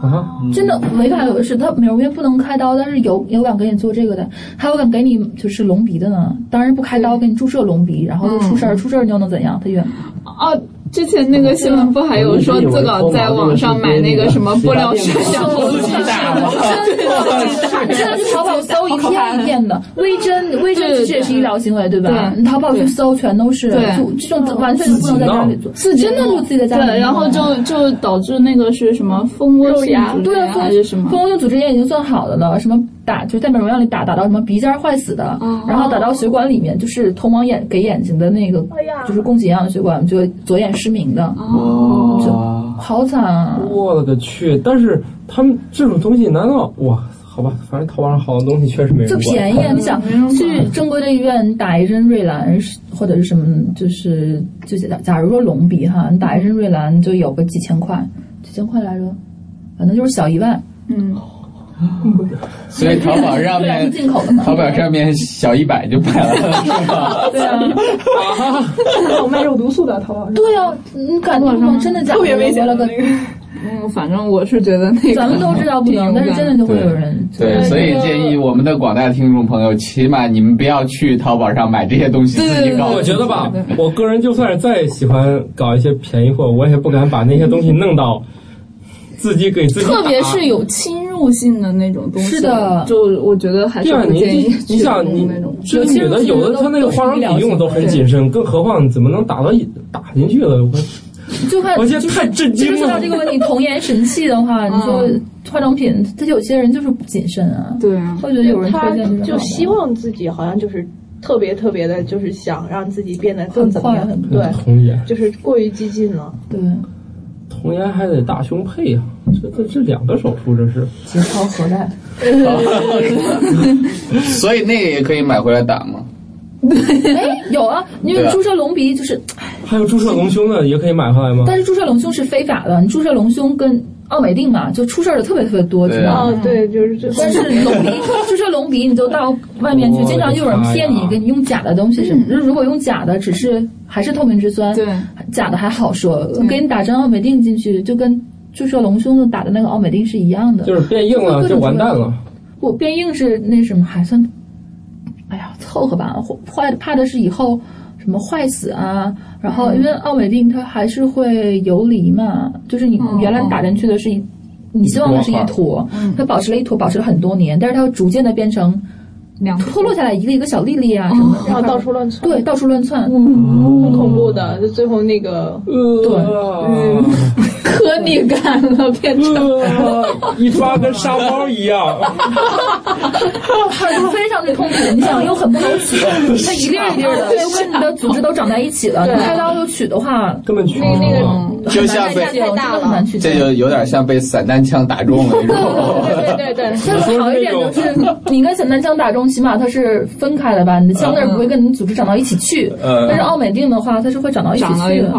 S9: 啊，
S12: 真的违法有的是，他美容院不能开刀，但是有有敢给你做这个的，还有敢给你就是隆鼻的呢。当然不开刀，给你注射隆鼻，然后就出事儿，出事儿你又能怎样？他愿。
S8: 哦，之前那个新闻不还有说自个在网上买那个什么玻尿酸
S12: 小
S8: 猴子
S12: 打吗？真的去淘宝搜一片一片的微针，微针其实也是医疗行为，对吧？你淘宝去搜全都是，这种完全不能在家里做，
S8: 是
S12: 真的就自己在家里。啊
S8: 对，然后就就导致那个是什么蜂窝性
S12: 对啊，
S8: 还是什么
S12: 蜂窝性组织炎已经算好的了，什么打就在美容院里打打到什么鼻尖坏死的，
S8: 哦
S12: 然后打到血管里面，就是通往眼给眼睛的那个，
S8: 哎
S12: 就是供给氧的血管，就左眼失明的。
S9: 哦，
S12: 就好惨啊！
S9: 我了个去！但是他们这种东西，难道哇？好吧，反正淘宝上好的东西确实没人
S12: 就便宜啊！你想去正规的医院打一针瑞兰或者是什么，就是就假假如说隆鼻哈，你打一针瑞兰就有个几千块，几千块来着。反正就是小一万，
S8: 嗯，
S13: 所以淘宝上面
S12: 进口的嘛，
S13: 淘宝上面小一百就买
S12: 了，对啊，
S11: 有卖肉毒素的淘宝上，
S12: 对啊，你感觉吗？真的假的？
S11: 特别危险的那个，
S8: 嗯，反正我是觉得那个
S12: 咱 们都知道不能，但是真的就会有人
S13: 对，所以建议我们的广大听众朋友，起码你们不要去淘宝上买这些东西自己搞。
S9: 我觉得吧，我个人就算是再喜欢搞一些便宜货，我也不敢把那些东西弄到。自己给自己，
S8: 特别是有侵入性的那种东西，
S12: 是的，
S8: 就我觉得还是不建
S9: 议。啊你想，你这女的有的她那个化妆品用的都很谨慎，更何况怎么能打到打进去了？我
S12: 就看，
S9: 我现在太震惊了。
S12: 说到这个问题，童颜神器的话，你说化妆品，它有些人就是不谨慎啊。
S8: 对啊，
S12: 我觉得有人推荐
S11: 就希望自己好像就是。特别特别的，就是想让自己变得更怎么样？对，
S9: 童颜
S11: 就是过于激进了。
S12: 对，
S9: 童颜还得大胸配啊，这这这两个手术，这是
S12: 节操何在？
S13: 所以那个也可以买回来打吗？
S12: 哎，有啊，你有注射隆鼻，就是
S9: 还有注射隆胸的也可以买回来吗？
S12: 但是注射隆胸是非法的，你注射隆胸跟奥美定嘛，就出事儿的特别特别多，知道
S11: 吗？哦对，就是这。
S12: 但嗯是隆鼻注射隆鼻，你就到外面去，经常就有人骗你，给你用假的东西什么。如果用假的，只是还是透明质酸，
S8: 对，
S12: 假的还好说，
S9: 嗯
S12: 给你打针奥美定进去，就跟注射隆胸的打的那个奥美定是一样的，
S9: 就是变硬了就完蛋了。
S12: 不，变硬是那什么还算。哎呀，凑合吧，坏怕的是以后什么坏死啊，然
S9: 嗯
S12: 后因为奥美定它还是会游离嘛，就是你原来打进去的是一，你希望它是一坨，
S9: 嗯
S12: 它保持了一坨，保持了很多年，但是它会逐渐的变成脱落下来一个一个小粒粒啊什
S9: 哦
S12: 么的，
S11: 然后到处乱窜，
S12: 对，到处乱窜，
S11: 很恐怖的，就最后那个
S9: 呃
S12: 对，
S8: 科你感了，变成
S9: 呃一抓跟沙包一样。
S12: 很 非常的痛苦，你想又很不好取，它一粒儿一粒儿的，又跟你的组织都长在一起了，你开刀又取的话，
S9: 根本取
S11: 那那
S13: 个就像被这就有点像被散弹枪打中了。
S11: 对对对对，
S12: 相对好一点就是你跟散弹枪打中，起码它是分开的吧，你的枪弹不会跟你的组织长到一起
S9: 嗯
S11: 嗯
S12: 去。但是奥美定的话，它是会长到一起去的。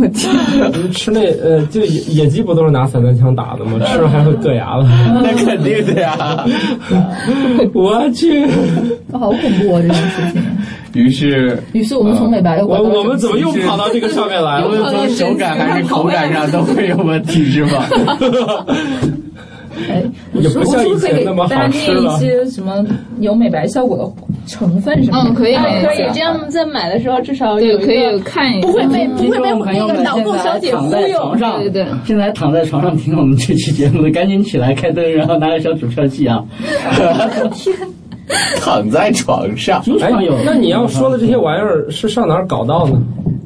S8: 我天，
S9: 吃那呃，就野野鸡不都是拿散弹枪打的吗？吃了还会硌牙了。
S2: 那肯定的呀！
S9: 我去，
S12: 好恐怖啊！这件事情。
S13: 于是，
S12: 于是我们从美白，
S9: 嗯我我们怎么又跑到这个上面来了？
S13: 无论从手感还是口感上都会有问题，是吧？
S12: 哎，
S9: 也不像以前那么好吃
S12: 了。大家念一些什么有美白效果的成分什么的？
S8: 嗯，可以，可
S11: 啊以。这样在买的时候至少
S8: 对，可以看一
S11: 下，不会被不会被那个导购小姐忽悠。
S8: 对对，
S4: 现在躺在床上听我们这期节目的，赶紧起来开灯，然后拿个小鼠标器啊！
S11: 天。
S13: 躺在床上，
S9: 哎，那你要说的这些
S4: 嗯
S9: 玩意儿是上哪儿搞到呢？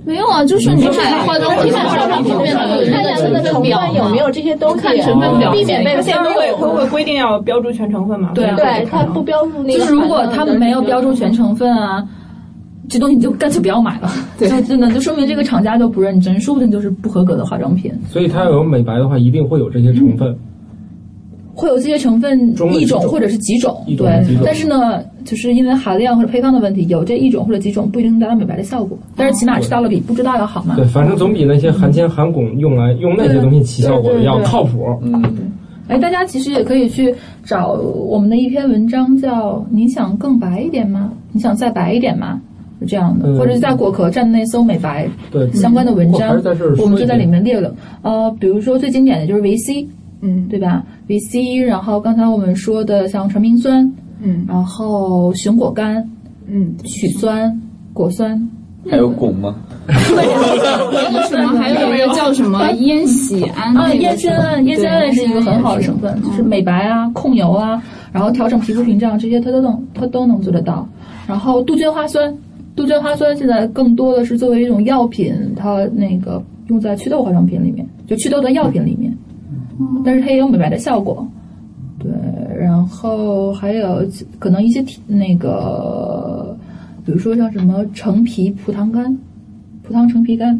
S8: 没有啊，就是你买化妆品，
S11: 化妆品面的看一下它的成分有没有这些东西，
S8: 看成分表，
S11: 避免被
S10: 现在会会规定要标注全成分嘛？
S11: 对对，它不标注那个，
S12: 就是如果它没有标注全成分啊，这东西你就干脆不要买了。对，真 的就说明这个厂家都不认真，说不定就是不合格的化妆品。
S9: 所以它有美白的话，一定会有这些成分。
S12: 会有这些成分一种或者是几种，对，但是呢，就是因为含量或者配方的问题，有这一种或者几种不一定能达到美白的效果，但是起码知道了比不知道要好嘛。
S9: 对，反正总比那些含铅含汞用来用那些东西起效果要靠谱。
S12: 嗯，哎，大家其实也可以去找我们的一篇文章，叫《你想更白一点吗？你想再白一点吗？》是这样的，或者是在果壳站内搜美白相关的文章，我们就在里面列了。呃，比如说最经典的就是维 C。嗯，对吧？VC，然后刚才我们说的像传明酸，嗯，然后熊果苷，嗯，曲酸、果酸，
S13: 还有汞吗？
S8: 嗯什么？还有一个叫什
S11: 啊
S8: 么烟酰胺
S12: 啊？烟酰胺，烟酰胺也是一个很好的成分，就是美白啊、控油啊，然后调整皮肤屏障这些，它都能它都能做得到。然后杜鹃花酸，杜鹃花酸现在更多的是作为一种药品，它那个用在祛痘化妆品里面，就祛痘的药品里面。但是它也有美白的效果，对，然后还有可能一些那个，比如说像什么橙皮葡糖苷、葡糖橙皮苷、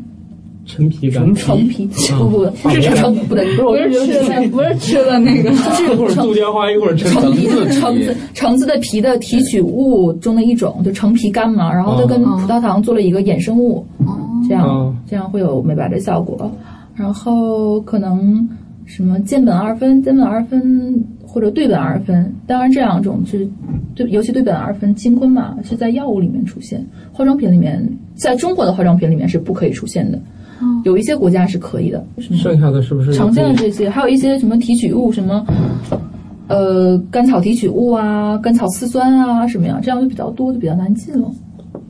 S9: 陈皮
S12: 苷、橙皮，不不不是橙，不对，不是吃的，不是吃的那个，
S9: 一会儿杜鹃花，一会儿
S12: 橙皮，橙子橙子的皮的提取物中的一种，就橙皮苷嘛，然后它跟葡萄糖做了一个衍生物，这样这样会有美白的效果，然后可能。什么间苯二酚、间苯二酚或者对苯二酚，当然这两种是对，尤其对苯二酚、金醌嘛，是在药物里面出现，化妆品里面，在中国的化妆品里面是不可以出现的，哦、有一些国家是可以的。
S9: 剩下的是不是
S12: 常见的这
S9: 嗯
S12: 些？还有一些什么提取物，什么呃甘草提取物啊、甘草丝酸啊什么呀，这样就比较多，就比较难进了。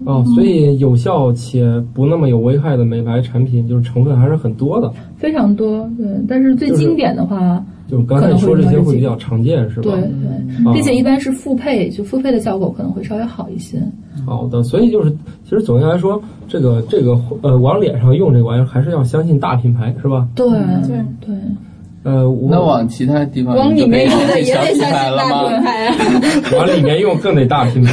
S9: 哦，所以有效且不那么有危害的美白产品，就是成分还是很多的，
S12: 非常多。对，但是最经典的话，
S9: 就是、就刚才说这些会比较常见，是吧？啊
S12: 对对，
S9: 哦
S12: 并且、嗯、一般是复配，就复配的效果可能会稍微好一些。
S9: 好的，所以就是，其实总的来说，这个这个呃，往脸上用这玩意儿，还是要相信大品牌，是吧？
S12: 对对对。
S9: 呃，
S13: 那往其他地方
S11: 往里面用的也
S13: 相
S11: 得
S13: 信
S11: 大品牌啊，
S9: 往里面用更得大品牌。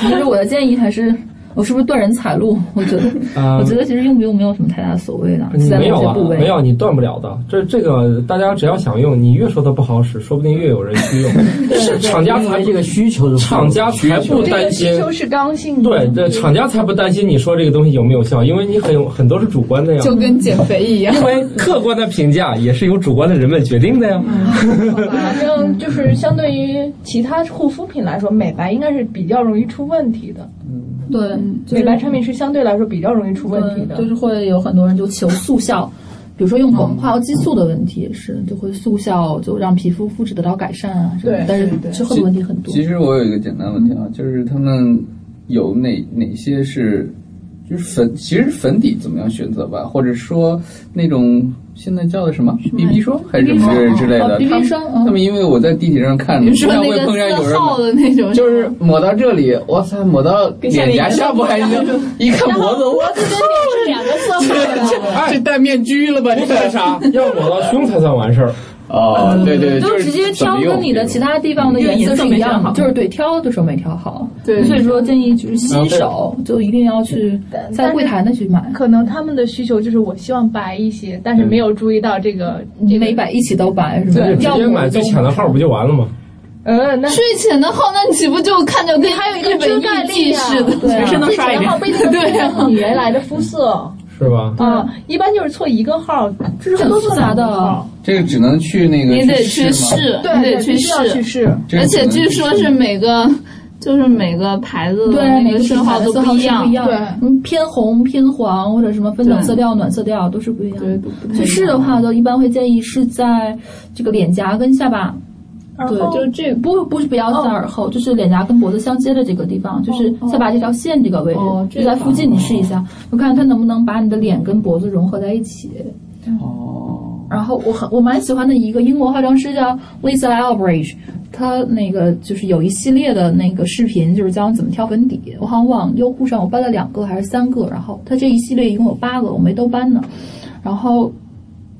S12: 其实我的建议还是，我是不是断人财路？我 觉得，呃、我觉得其实用不用没有什么太大的所谓的，
S9: 没有啊，
S12: 部位
S9: 没有你断不了的。这这个大家只要想用，你越说它不好使，说不定越有人去用。厂家才
S4: 这个需求，
S9: 厂家才不担心。
S11: 需求是刚性
S9: 的。对对，厂家才不担心你说这个东西有没有效，因为你很很多是主观的呀。
S8: 就跟减肥一样。
S9: 因 为客观的评价也是由主观的人们决定的呀。
S11: 反正就是相对于其他护肤品来说，美白应该是比较容易出问题的。
S12: 对，就是、
S11: 美白产品是相对来说比较容易出问题的，
S12: 嗯就是会有很多人就求速效。比如说用广化激素的问题也是，就会速效就让皮肤肤质得到改善啊。
S11: 对，
S12: 但是之后的问题很多。
S13: 其实我有一个简单问题啊，嗯、就是他们有哪哪些是，就是粉，其实粉底怎么样选择吧，或者说那种现在叫的什么 BB 霜还是什么之类的
S12: ，BB 霜。哦
S13: 他们因为我在地铁上看，经常会碰上有人
S8: 的那种，
S13: 就是抹到这里，我操，抹到脸颊下部还行，一看脖子，我操。
S11: 两个色 号，
S13: 这戴面具了吧？
S9: 这算啥？要抹到胸才算完事儿。
S13: 哦，对对，
S12: 就是嗯直接挑跟你的其他地方的嗯颜色是一样的，就是对挑的时候没挑好。
S11: 对，
S12: 所以说建议
S13: 嗯
S12: 就是新手就一定要去在柜台那去买。
S11: 可能他们的需求就是我希望白一些，但是没有注意到这个
S12: 每白一起都白是吧？
S9: 直接买最浅的号不就完了吗？
S11: 呃，那
S8: 最浅的号，那你岂不就看着跟啊
S11: 还有一个遮盖力啊
S8: 似的，
S11: 全
S8: 身都刷一遍？
S11: 对，你原来的肤色。
S9: 是吧？
S11: 啊，一般就是错一个号，这是
S8: 很复杂的。
S13: 这个只能去那个，
S8: 你得去试，
S11: 对，
S8: 得去
S11: 试，去试。
S8: 而且据说是每个。就是每个牌子的
S12: 嗯每
S8: 个色号
S12: 都
S8: 不一样，
S12: 对，嗯，偏红、偏黄或者什么分冷色调、暖色调都是不一样。去试的话，都一般会建议是在这个脸颊跟下巴，对，就是这哦不不是不要在耳后，就是脸颊跟脖子相接的这个地方，就是下巴这条线这个位置，就在附近你试一下，就看它能不能把你的脸跟脖子融合在一起。
S13: 哦。
S12: 然后我很我蛮喜欢的一个英国化妆师叫 Lisa Elbridge，她那个就是有一系列的那个视频，就是教你怎么挑粉底。我好像往优酷上我搬了两个还是三个，然后她这一系列一共有八个，我没都搬呢。然后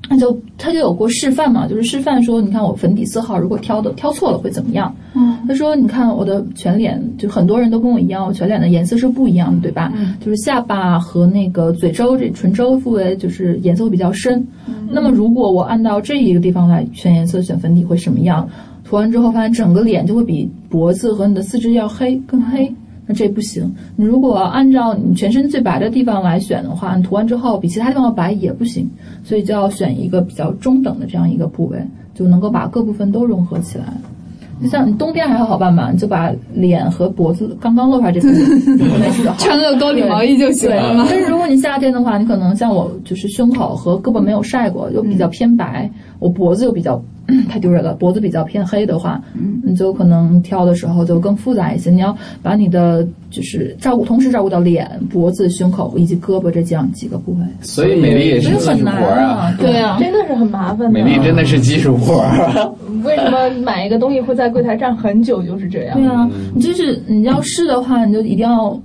S12: 她就她就有过示范嘛，就是示范说，你看我粉底色号如果挑的挑错了会怎么样？嗯，她说你看我的全脸，就很多人都跟我一样，我全脸的颜色是不一样的，对吧？嗯，就是下巴和那个嘴周这唇周部位就是颜色会比较深。那么，如果我按照这一个地方来选颜色、选粉底会什么样？涂完之后发现整个脸就会比脖子和你的四肢要黑，更黑。那这不行。你如果按照你全身最白的地方来选的话，你涂完之后比其他地方要白也不行。所以就要选一个比较中等的这样一个部位，就能够把各部分都融合起来。就像你冬天还好办吧，你就把脸和脖子刚刚露出来这部分，
S8: 穿个高领毛衣就行了嘛。
S12: 但是如果你夏天的话，你可能像我，就是胸口和胳膊没有晒过，又比较偏白，嗯、我脖子又比较 太丢人了，脖子比较偏黑的话，嗯、你就可能挑的时候就更复杂一些。你要把你的就是照顾，同时照顾到脸、脖子、胸口以及胳膊这几样几个部位。
S13: 所以美丽也是技术活
S12: 啊，对啊，
S11: 真的是很麻烦的。
S13: 美丽真的是技术活。
S11: 为什么买一个东西会在柜台站很久？就是这样。
S12: 对啊，你就是你要试的话，你就一定要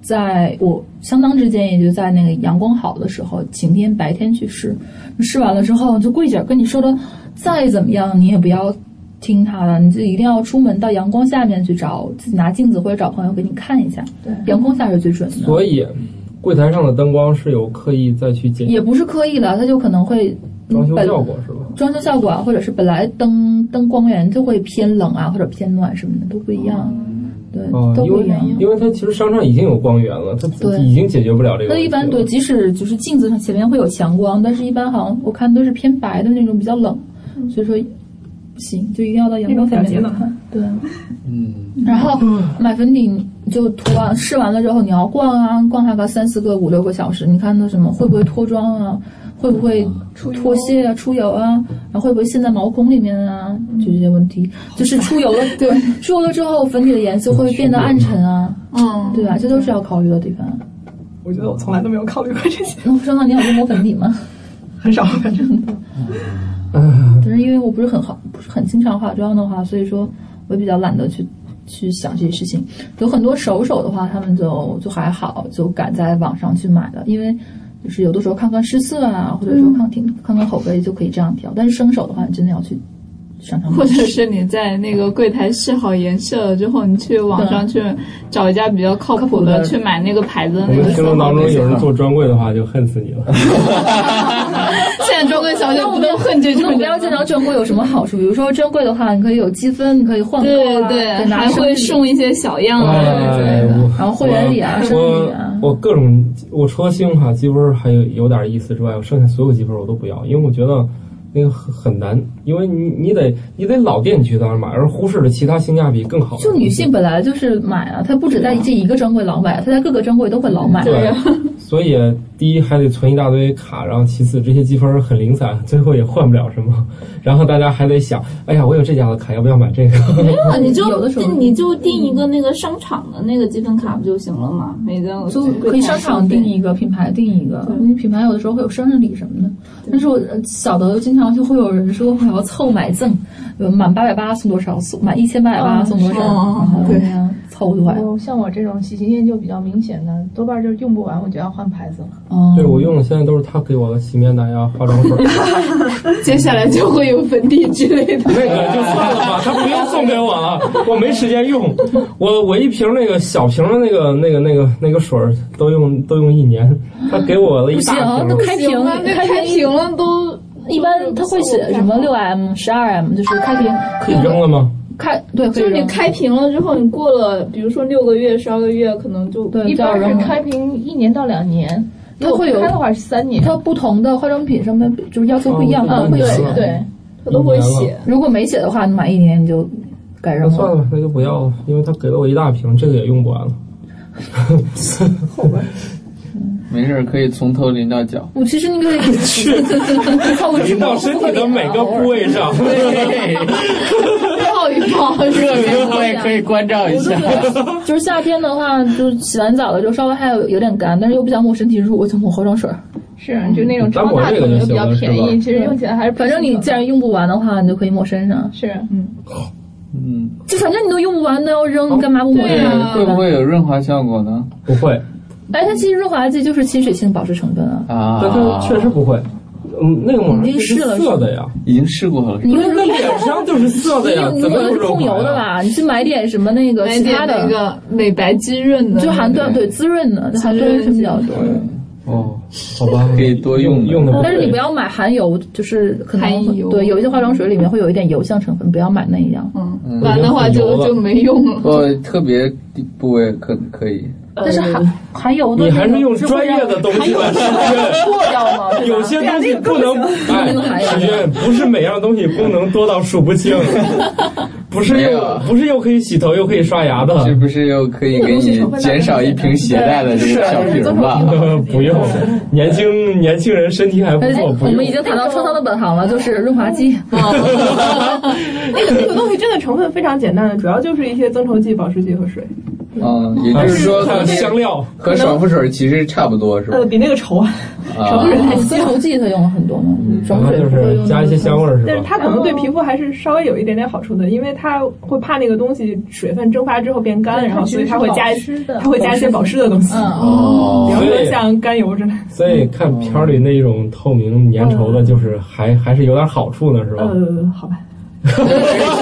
S12: 在我相当之建议，就在那个阳光好的时候，晴天白天去试。试完了之后，就跪下，跟你说的再怎么样，你也不要听他的，你就一定要出门到阳光下面去找，自己拿镜子或者找朋友给你看一下。
S11: 对，
S12: 阳光下是最准的。
S9: 所以，柜台上的灯光是有刻意再去减，
S12: 也不是刻意的，它就可能会。嗯
S9: 装修效果是吧？
S12: 装修效果啊，或者是本来灯灯光源就会偏冷啊，或者偏暖什么的都不一
S9: 哦
S12: 样，对，都不一样。
S9: 因为它其实商场已经有光源了，它已经解决不了这个。
S12: 那一般对，即使就是镜子上前面会有强光，但是一般好像我看都是偏白的那种，比较冷，所以说不行，就一定要到阳光下面看。对，
S13: 嗯。
S12: 然后买粉底就涂完试完了之后，你要逛啊逛它个三四个五六个小时，你看它什么会不会脱妆啊？会不会脱屑啊、出油啊，然后会不会陷在毛孔里面啊？就这些问题，就是出油了，对，出油了之后，粉底的颜色会变得暗沉啊，
S8: 嗯，
S12: 对吧？这都是要考虑的地方。
S10: 我觉得我从来都没有考虑过这些。
S12: 那我说到你有抹粉底吗？
S10: 很少，反 正。
S12: 但是因为我不是很好，不是很经常化妆的话，所以说我比较懒得去去想这些事情。有很多熟手的话，他们就就还好，就敢在网上去买了，因为。就是有的时候看看试色啊，或者说看听、嗯、看看口碑就可以这样挑。但是生手的话，你真的要去商场，
S8: 或者是你在那个柜台试好颜色了之后，你去网上去找一家比较靠谱的去买那个牌子的那个。
S9: 听众当中有人做专柜的话，就恨死你了。
S8: 现在专柜小姐不都恨这种？啊
S12: 那我不要见到专柜有什么好处？比如说专柜的话，你可以有积分，你可以换购
S8: 啊，对对，还会送一些小样
S12: 嗯
S8: 啊之类的，
S12: 然后会员礼啊、生日礼啊。
S9: 哎我各种，我除了信用卡积分还有有点意思之外，我剩下所有积分我都不要，因为我觉得那个很很难，因为你你得你得老店去当然买，而忽视了其他性价比更好。
S12: 就女性本来就是买啊，她不止在这一个专柜老买，她在各个专柜都会老买。
S9: 对。所以，第一还得存一大堆卡，然后其次这些积分很零散，最后也换不了什么。然后大家还得想，哎呀，我有这家的卡，要不要买这个？
S8: 没有，啊你就你就定一个那个商场的那个积分卡不就行了嘛？每个
S12: 就可以商场定一个，品牌定一个。因为品牌有的时候会有生日礼什么的。但是我呃小的经常就会有人说哎我要凑买赠，满八百八送多少，送满一千八百八送多少，
S8: 对
S12: 呀，凑过来。
S11: 像我这种喜新厌旧比较明显的，多半就是用不完我就要。换牌子了，
S12: 哦、
S9: 对我用的现在都是他给我的洗面奶呀、化妆水，
S8: 接下来就会有粉底之类的。
S9: 那个就算了吧，他不用送给我了，我没时间用。我我一瓶那个小瓶的那个那个那个那个水都用都用一年，他给我了一大瓶。
S12: 行，都开瓶了，
S8: 开瓶了都
S12: 一般他会写什么六 M、十二 M，就是开瓶
S9: 可以扔了吗？
S12: 开对，
S8: 就是你开屏了之后，你过了，比如说六个月、十二个月，可能就
S12: 对，
S11: 一般是开屏一年到两年。
S12: 它会有
S11: 它的话是三年，
S12: 它不同的化妆品上面就是要求不一样，它、
S11: 哦、
S12: 会写，
S11: 对，它都会写。
S12: 如果没写的话，你满一年你就改上了。
S9: 算了吧，那就不要了，因为他给了我一大瓶，这个也用不完了。
S11: 后边。
S13: 没事，可以从头淋到脚。
S12: 我其实那个
S9: 去， 淋到身体的每个部位上。
S12: 最后一包，
S13: 热源部位可以关照一下。
S12: 就是夏天的话，就是洗完澡了之后稍微还有有点干，但是又不想抹身体乳，我就抹化妆水。
S11: 是，就那种超大桶的比较便宜，其实用起来还是。
S12: 反正你既然用不完的话，你就可以抹身上。
S11: 是，嗯。
S13: 嗯，
S12: 就反正你都用不完，都要扔，干嘛不抹
S13: 呀？会不会有润滑效果呢？
S9: 不会。
S12: 哎，它其实润滑剂就是亲水性保湿成分啊，
S13: 啊，
S9: 但它确实不会。嗯，那个抹
S12: 已经试了
S9: 色的呀，
S13: 已经试过了。
S12: 你用
S9: 那脸上就是色的呀，
S12: 你
S9: 怎么
S12: 是控油的吧？你去买点什么那个其他的
S8: 那个美白滋润的，
S12: 就含对对滋润的，含对是比较多的。
S9: 哦，好吧，
S13: 可以多
S9: 用用的。
S12: 但是你不要买含油，就是可能对有一些化妆水里面会有一点油相成分，不要买那一样。
S8: 嗯，完的话就就没用了。
S13: 呃，特别部位可可以。
S12: 但是含含油
S9: 的，你还是用专业的东西来实
S12: 验，过掉吗？
S9: 有些啊东西不能哎，实 验不是每样东西功能多到数不 清，不是又不是又可以洗头又可以刷牙的，
S13: 是不是又可以给你减少一瓶携带的这个小瓶吧？
S9: 不用，年轻年轻人身体还不错，不
S12: 我们已经谈到创造的本行了，就是润滑剂。
S11: 那个那个东西真的成分非常简单的，主要就是一些增稠剂、保湿剂和水。
S13: 嗯，也就是说，
S9: 啊香料
S13: 和爽肤水其实差不多，是吧？
S11: 呃，比那个稠啊。
S12: 爽肤水它增稠剂它用了很多嘛，
S9: 嗯
S12: 爽肤水
S9: 啊就是加一些香味儿，
S11: 但是它可能对皮肤还是稍微有一点点好处的，因为它会怕那个东西水分蒸发之后变干，然后所以它会加它会加一些保湿的嗯东西，
S9: 哦，
S11: 比如说像甘油之类。
S9: 所以看片儿里那种透明粘稠的，就是还还是有点好处呢，是吧？
S11: 呃，好吧。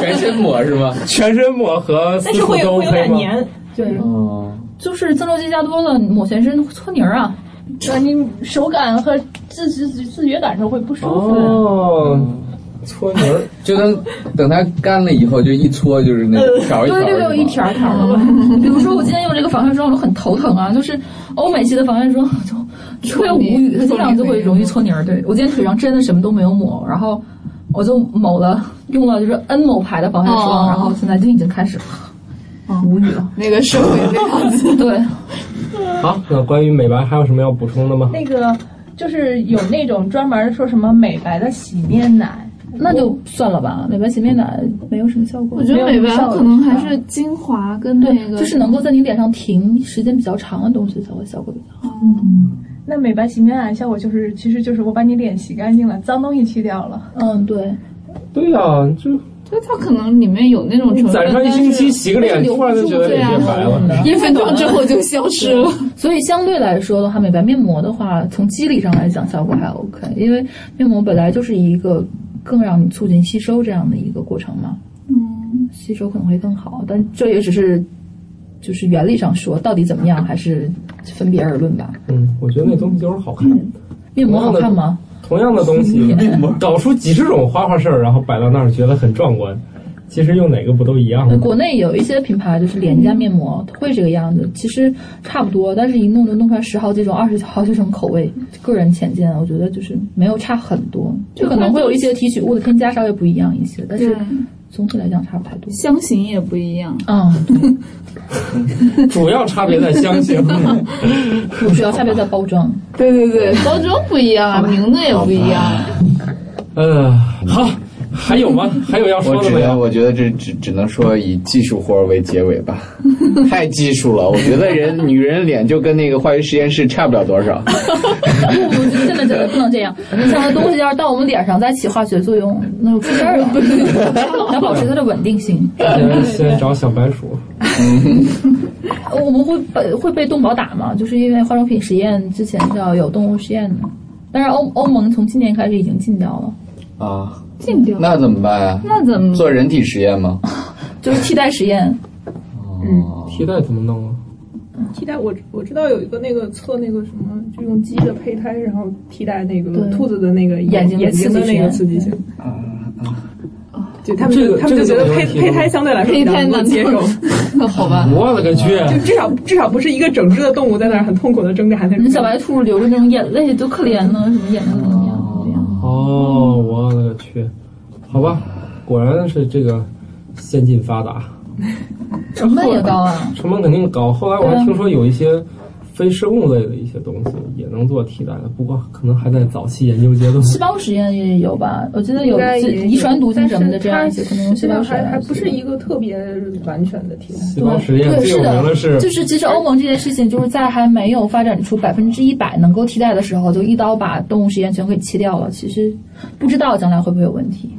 S13: 全身抹是吗？
S9: 全身抹和
S11: 但是会有会有点黏。
S12: 对，哦，就是增稠剂加多了，抹全身搓泥儿啊，
S11: 对，你手感和自自自觉感受会不舒服。
S9: 哦，搓泥儿，
S13: 就等等它干了以后，就一搓就是那条一条。
S12: 对对对，一条条的。 比如说我今天用这个防晒霜，我很头疼啊，就是欧美系的防晒霜就特别无语，它经常就会容易搓泥儿。对我今天腿上真的什么都没有抹，然后我就某了用了就是 N 某牌的防晒
S8: 哦
S12: 霜，然后现在就已经开始了。无语了，
S8: 那个社会这样子，
S12: 对。
S9: 好，那关于美白还有什么要补充的吗？
S11: 那个就是有那种专门说什么美白的洗面奶，
S12: 那就算了吧，美白洗面奶没有什么效果。
S8: 我觉得美白可能还是精华跟那个，
S12: 就是能够在你脸上停时间比较长的东西才会效果比较好。
S11: 嗯，那美白洗面奶效果就是，其实就是我把你脸洗干净了，脏东西去掉了。
S12: 嗯，对。
S9: 对呀，就。
S8: 就它可能里面有那种成分，
S9: 攒上一星期洗个脸，突然就觉得脸变白了。
S8: 一分钟之后就消失了。
S12: 所以相对来说的话，美白面膜的话，从机理上来讲效果还 OK，因为面膜本来就是一个更让你促进吸收这样的一个过程嘛。
S8: 嗯，
S12: 吸收可能会更好，但这也只是就是原理上说，到底怎么样还是分别而论吧。
S9: 嗯，我觉得那东西就是好看。嗯、
S12: 面膜好看吗？
S9: 同样的东 西，搞出几十种花花事儿，然后摆到那儿，觉得很壮观。其实用哪个不都一样吗？
S12: 国内有一些品牌就是廉价面膜会这个样子，其实差不多，但是一弄就弄出来十好几种、二十好几种口味。个人浅见，我觉得就是没有差很多，就可能会有一些提取物的添加稍微不一样一些，但是总体来讲差不太多。
S8: 香型也不一样，
S12: 嗯，
S9: 主要差别在香 型，
S12: 主要差别在包装。
S8: 对对对，包装不一样啊，名字也不一样。
S9: 嗯，好。还有吗？还有要说的
S13: 吗？我觉得，我觉得这只只能说以技术活为结尾吧，太技术了。我觉得人女人脸就跟那个化学实验室差不了多少。
S12: 真的真的不能这样，你想的东西要是到我们脸上再起化学作用，那就出事 儿了。要保持它的稳定性。
S9: 先找小白鼠。
S12: 我们会被会被动保打吗？就是因为化妆品实验之前是要有动物实验的，但是欧欧盟从今年开始已经禁掉了。
S13: 啊，
S8: 禁掉
S13: 那怎么办啊？
S8: 那怎么
S13: 做人体实验吗？哦
S12: 就是替代 实验。
S9: 嗯，替代怎么弄啊？
S11: 替代我我知道有一个那个测那个什么，就用鸡的胚胎，然后替代那个兔子的那个
S12: 眼睛
S11: 眼睛的那个
S12: 刺
S11: 激性。
S13: 啊啊！
S11: 就他们就、
S9: 这个、
S11: 他们就觉得胚胚胎相对来说
S14: 胚胎
S11: 能接受，
S14: 好吧？
S9: 我勒个去！
S11: 就 至少至少不是一个整只的动物在那儿很痛苦的挣扎那种。
S12: 嗯
S14: 小白兔流着那种眼泪，多可怜呢，什么眼泪怎么样？
S9: 哦，我勒个去！好吧，果然是这个先进发达，
S12: 成本也高啊，
S9: 成本肯定高。后来我还听说有一些。非生物类的一些东西也能做替代的，不过可能还在早期研究阶段。
S12: 细胞实验也有吧？我记得有遗传毒性什么的这样一些，可能用细胞实验
S15: 还不是一个特别完全的替代。
S9: 细胞实验
S12: 对
S9: 最有名的
S12: 是，就是其实欧盟这件事情，就是在还没有发展出百分之一百能够替代的时候，就一刀把动物实验全给切掉了。其实不知道将来会不会有问题。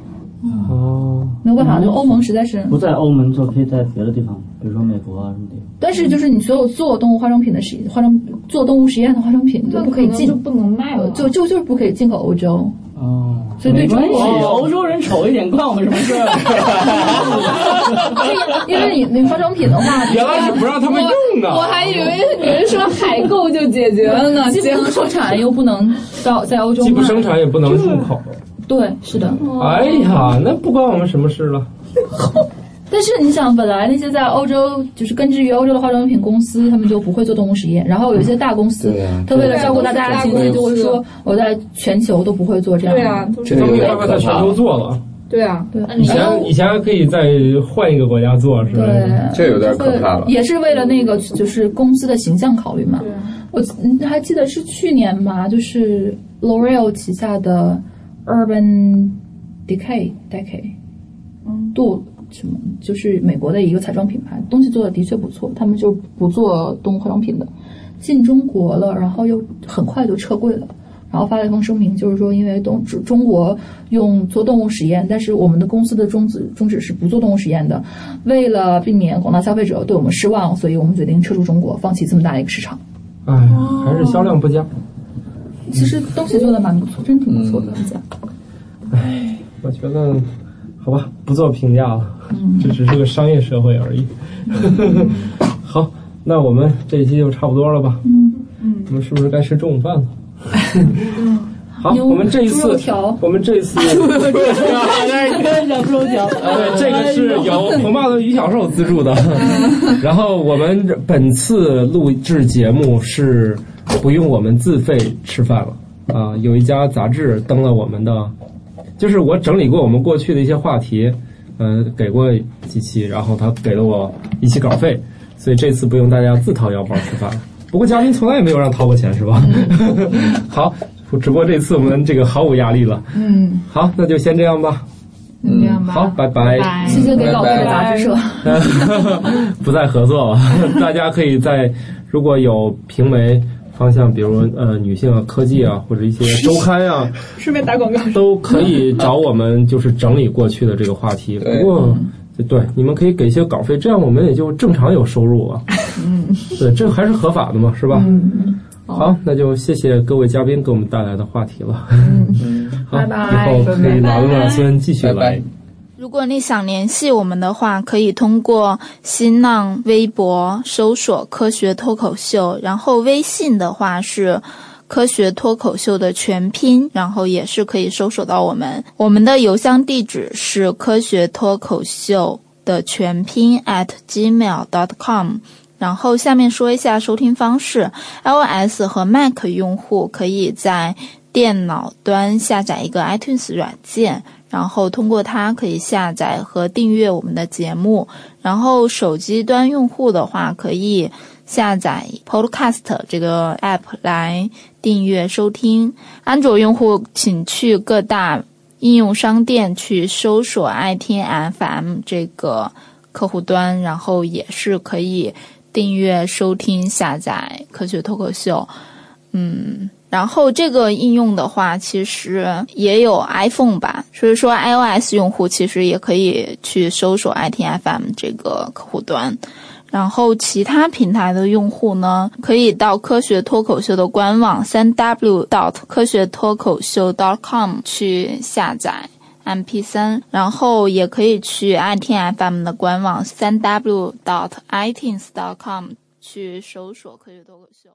S9: 哦，
S12: 没有办法，就欧盟实在是
S4: 不在欧盟做，可以在别的地方，比如说美国啊什么地方。
S12: 但是就是你所有做动物化妆品的实化妆做动物实验的化妆品，你就不可以进，呃
S14: 就不能卖了，
S12: 就就就是不可以进口欧 洲。
S4: 哦，
S12: 所以对中国
S4: 欧洲人丑一点关我们什么事
S12: 儿？因为你你化妆品的 话，
S9: 原来是不让他们用的。
S14: 我还以为你是说海购就解决了呢，
S12: 既不能生产又不能到在欧洲，
S9: 既不生产也不能入口。
S12: 对，是的。
S9: 哎呀，那不关我们什么事了。
S12: 但是你想，本来那些在欧洲就是根植于欧洲的化妆品公司，他们就不会做动物实验。然后有一些大公司，他、
S13: 嗯啊、
S12: 为了照顾大家的经济，就会说我在全球都不会做这样。
S15: 对啊，
S9: 这东西快快在全球做了。
S15: 对啊，对。
S9: 以前以前还可以再换一个国家做，是吧？
S12: 对，
S13: 嗯这有点可怕了。
S12: 也是为了那个就是公司的形象考虑嘛。我还记得是去年吧，就是 L'Oreal 旗下的 Urban Decay Decay，嗯，度。什么？就是美国的一个彩妆品牌，东西做的的确不错，他们就不做动物化妆品的，进中国了，然后又很快就撤柜了，然后发了一封声明，就是说因为东中国用做动物实验，但是我们的公司的宗旨宗旨是不做动物实验的，为了避免广大消费者对我们失望，所以我们决定撤出中国，放弃这么大一个市场。
S9: 哎，还是销量不佳。
S12: 其实东西做的蛮不错，真挺不错的。
S9: 哎，我觉得。好吧，不做评价了，这只是个商业社会而已。 好，那我们这一期就差不多了吧？
S12: 嗯
S9: 嗯，我们是不是该吃中午饭了？好，我们这一次，我们这一次，啊
S12: 猪肉 条，
S9: 对，这个是由红霸的于小寿资助的。然后我们本次录制节目是不用我们自费吃饭了啊，有一家杂志登了我们的。就是我整理过我们过去的一些话题，呃，给过几期，然后他给了我一期稿费，所以这次不用大家自掏腰包吃饭。不过嘉宾从来也没有让掏过钱，是吧？
S14: 嗯
S9: 好，只不过这次我们这个毫无压力了。
S12: 嗯，
S9: 好，那就先这样吧。
S14: 嗯，这样吧。
S9: 好，拜
S14: 拜。
S12: 谢谢给稿费的杂志社。
S9: 不再合作了，大家可以在如果有评媒。方向，比如呃，女性啊、科技啊，或者一些周刊 啊，
S11: 顺便打广告，
S9: 都可以找我们，就是整理过去的这个话题。不过，
S12: 嗯
S9: 对，你们可以给一些稿费，这样我们也就正常有收入啊。
S12: 嗯，
S9: 对，这还是合法的嘛，是吧？
S12: 嗯
S9: 好，那就谢谢各位嘉宾给我们带来的话题了。
S12: 嗯，
S9: 好，
S12: 拜拜
S9: 以后可以老老孙继续来。
S8: 如果你想联系我们的话，可以通过新浪微博搜索“科学脱口秀”，然后微信的话是“科学脱口秀”的全拼，然后也是可以搜索到我们。我们的邮箱地址是“科学脱口秀”的全拼 at gmail.com。然后下面说一下收听方式：iOS 和 Mac 用户可以在电脑端下载一个 iTunes 软件。然后通过它可以下载和订阅我们的节目。然后手机端用户的话，可以下载 Podcast 这个 app 来订阅收听。安卓用户请去各大应用商店去搜索爱听 FM 这个客户端，然后也是可以订阅收听下载科学脱口秀。嗯。然后这个应用的话，其实也有 iPhone 吧，所以说 iOS 用户其实也可以去搜索 ITFM 这个客户端。然后其他平台的用户呢，可以到科学脱口秀的官网三 w dot 科学脱口秀 dot com 去下载 MP3，然后也可以去 ITFM 的官网三 w dot itunes dot com 去搜索科学脱口秀。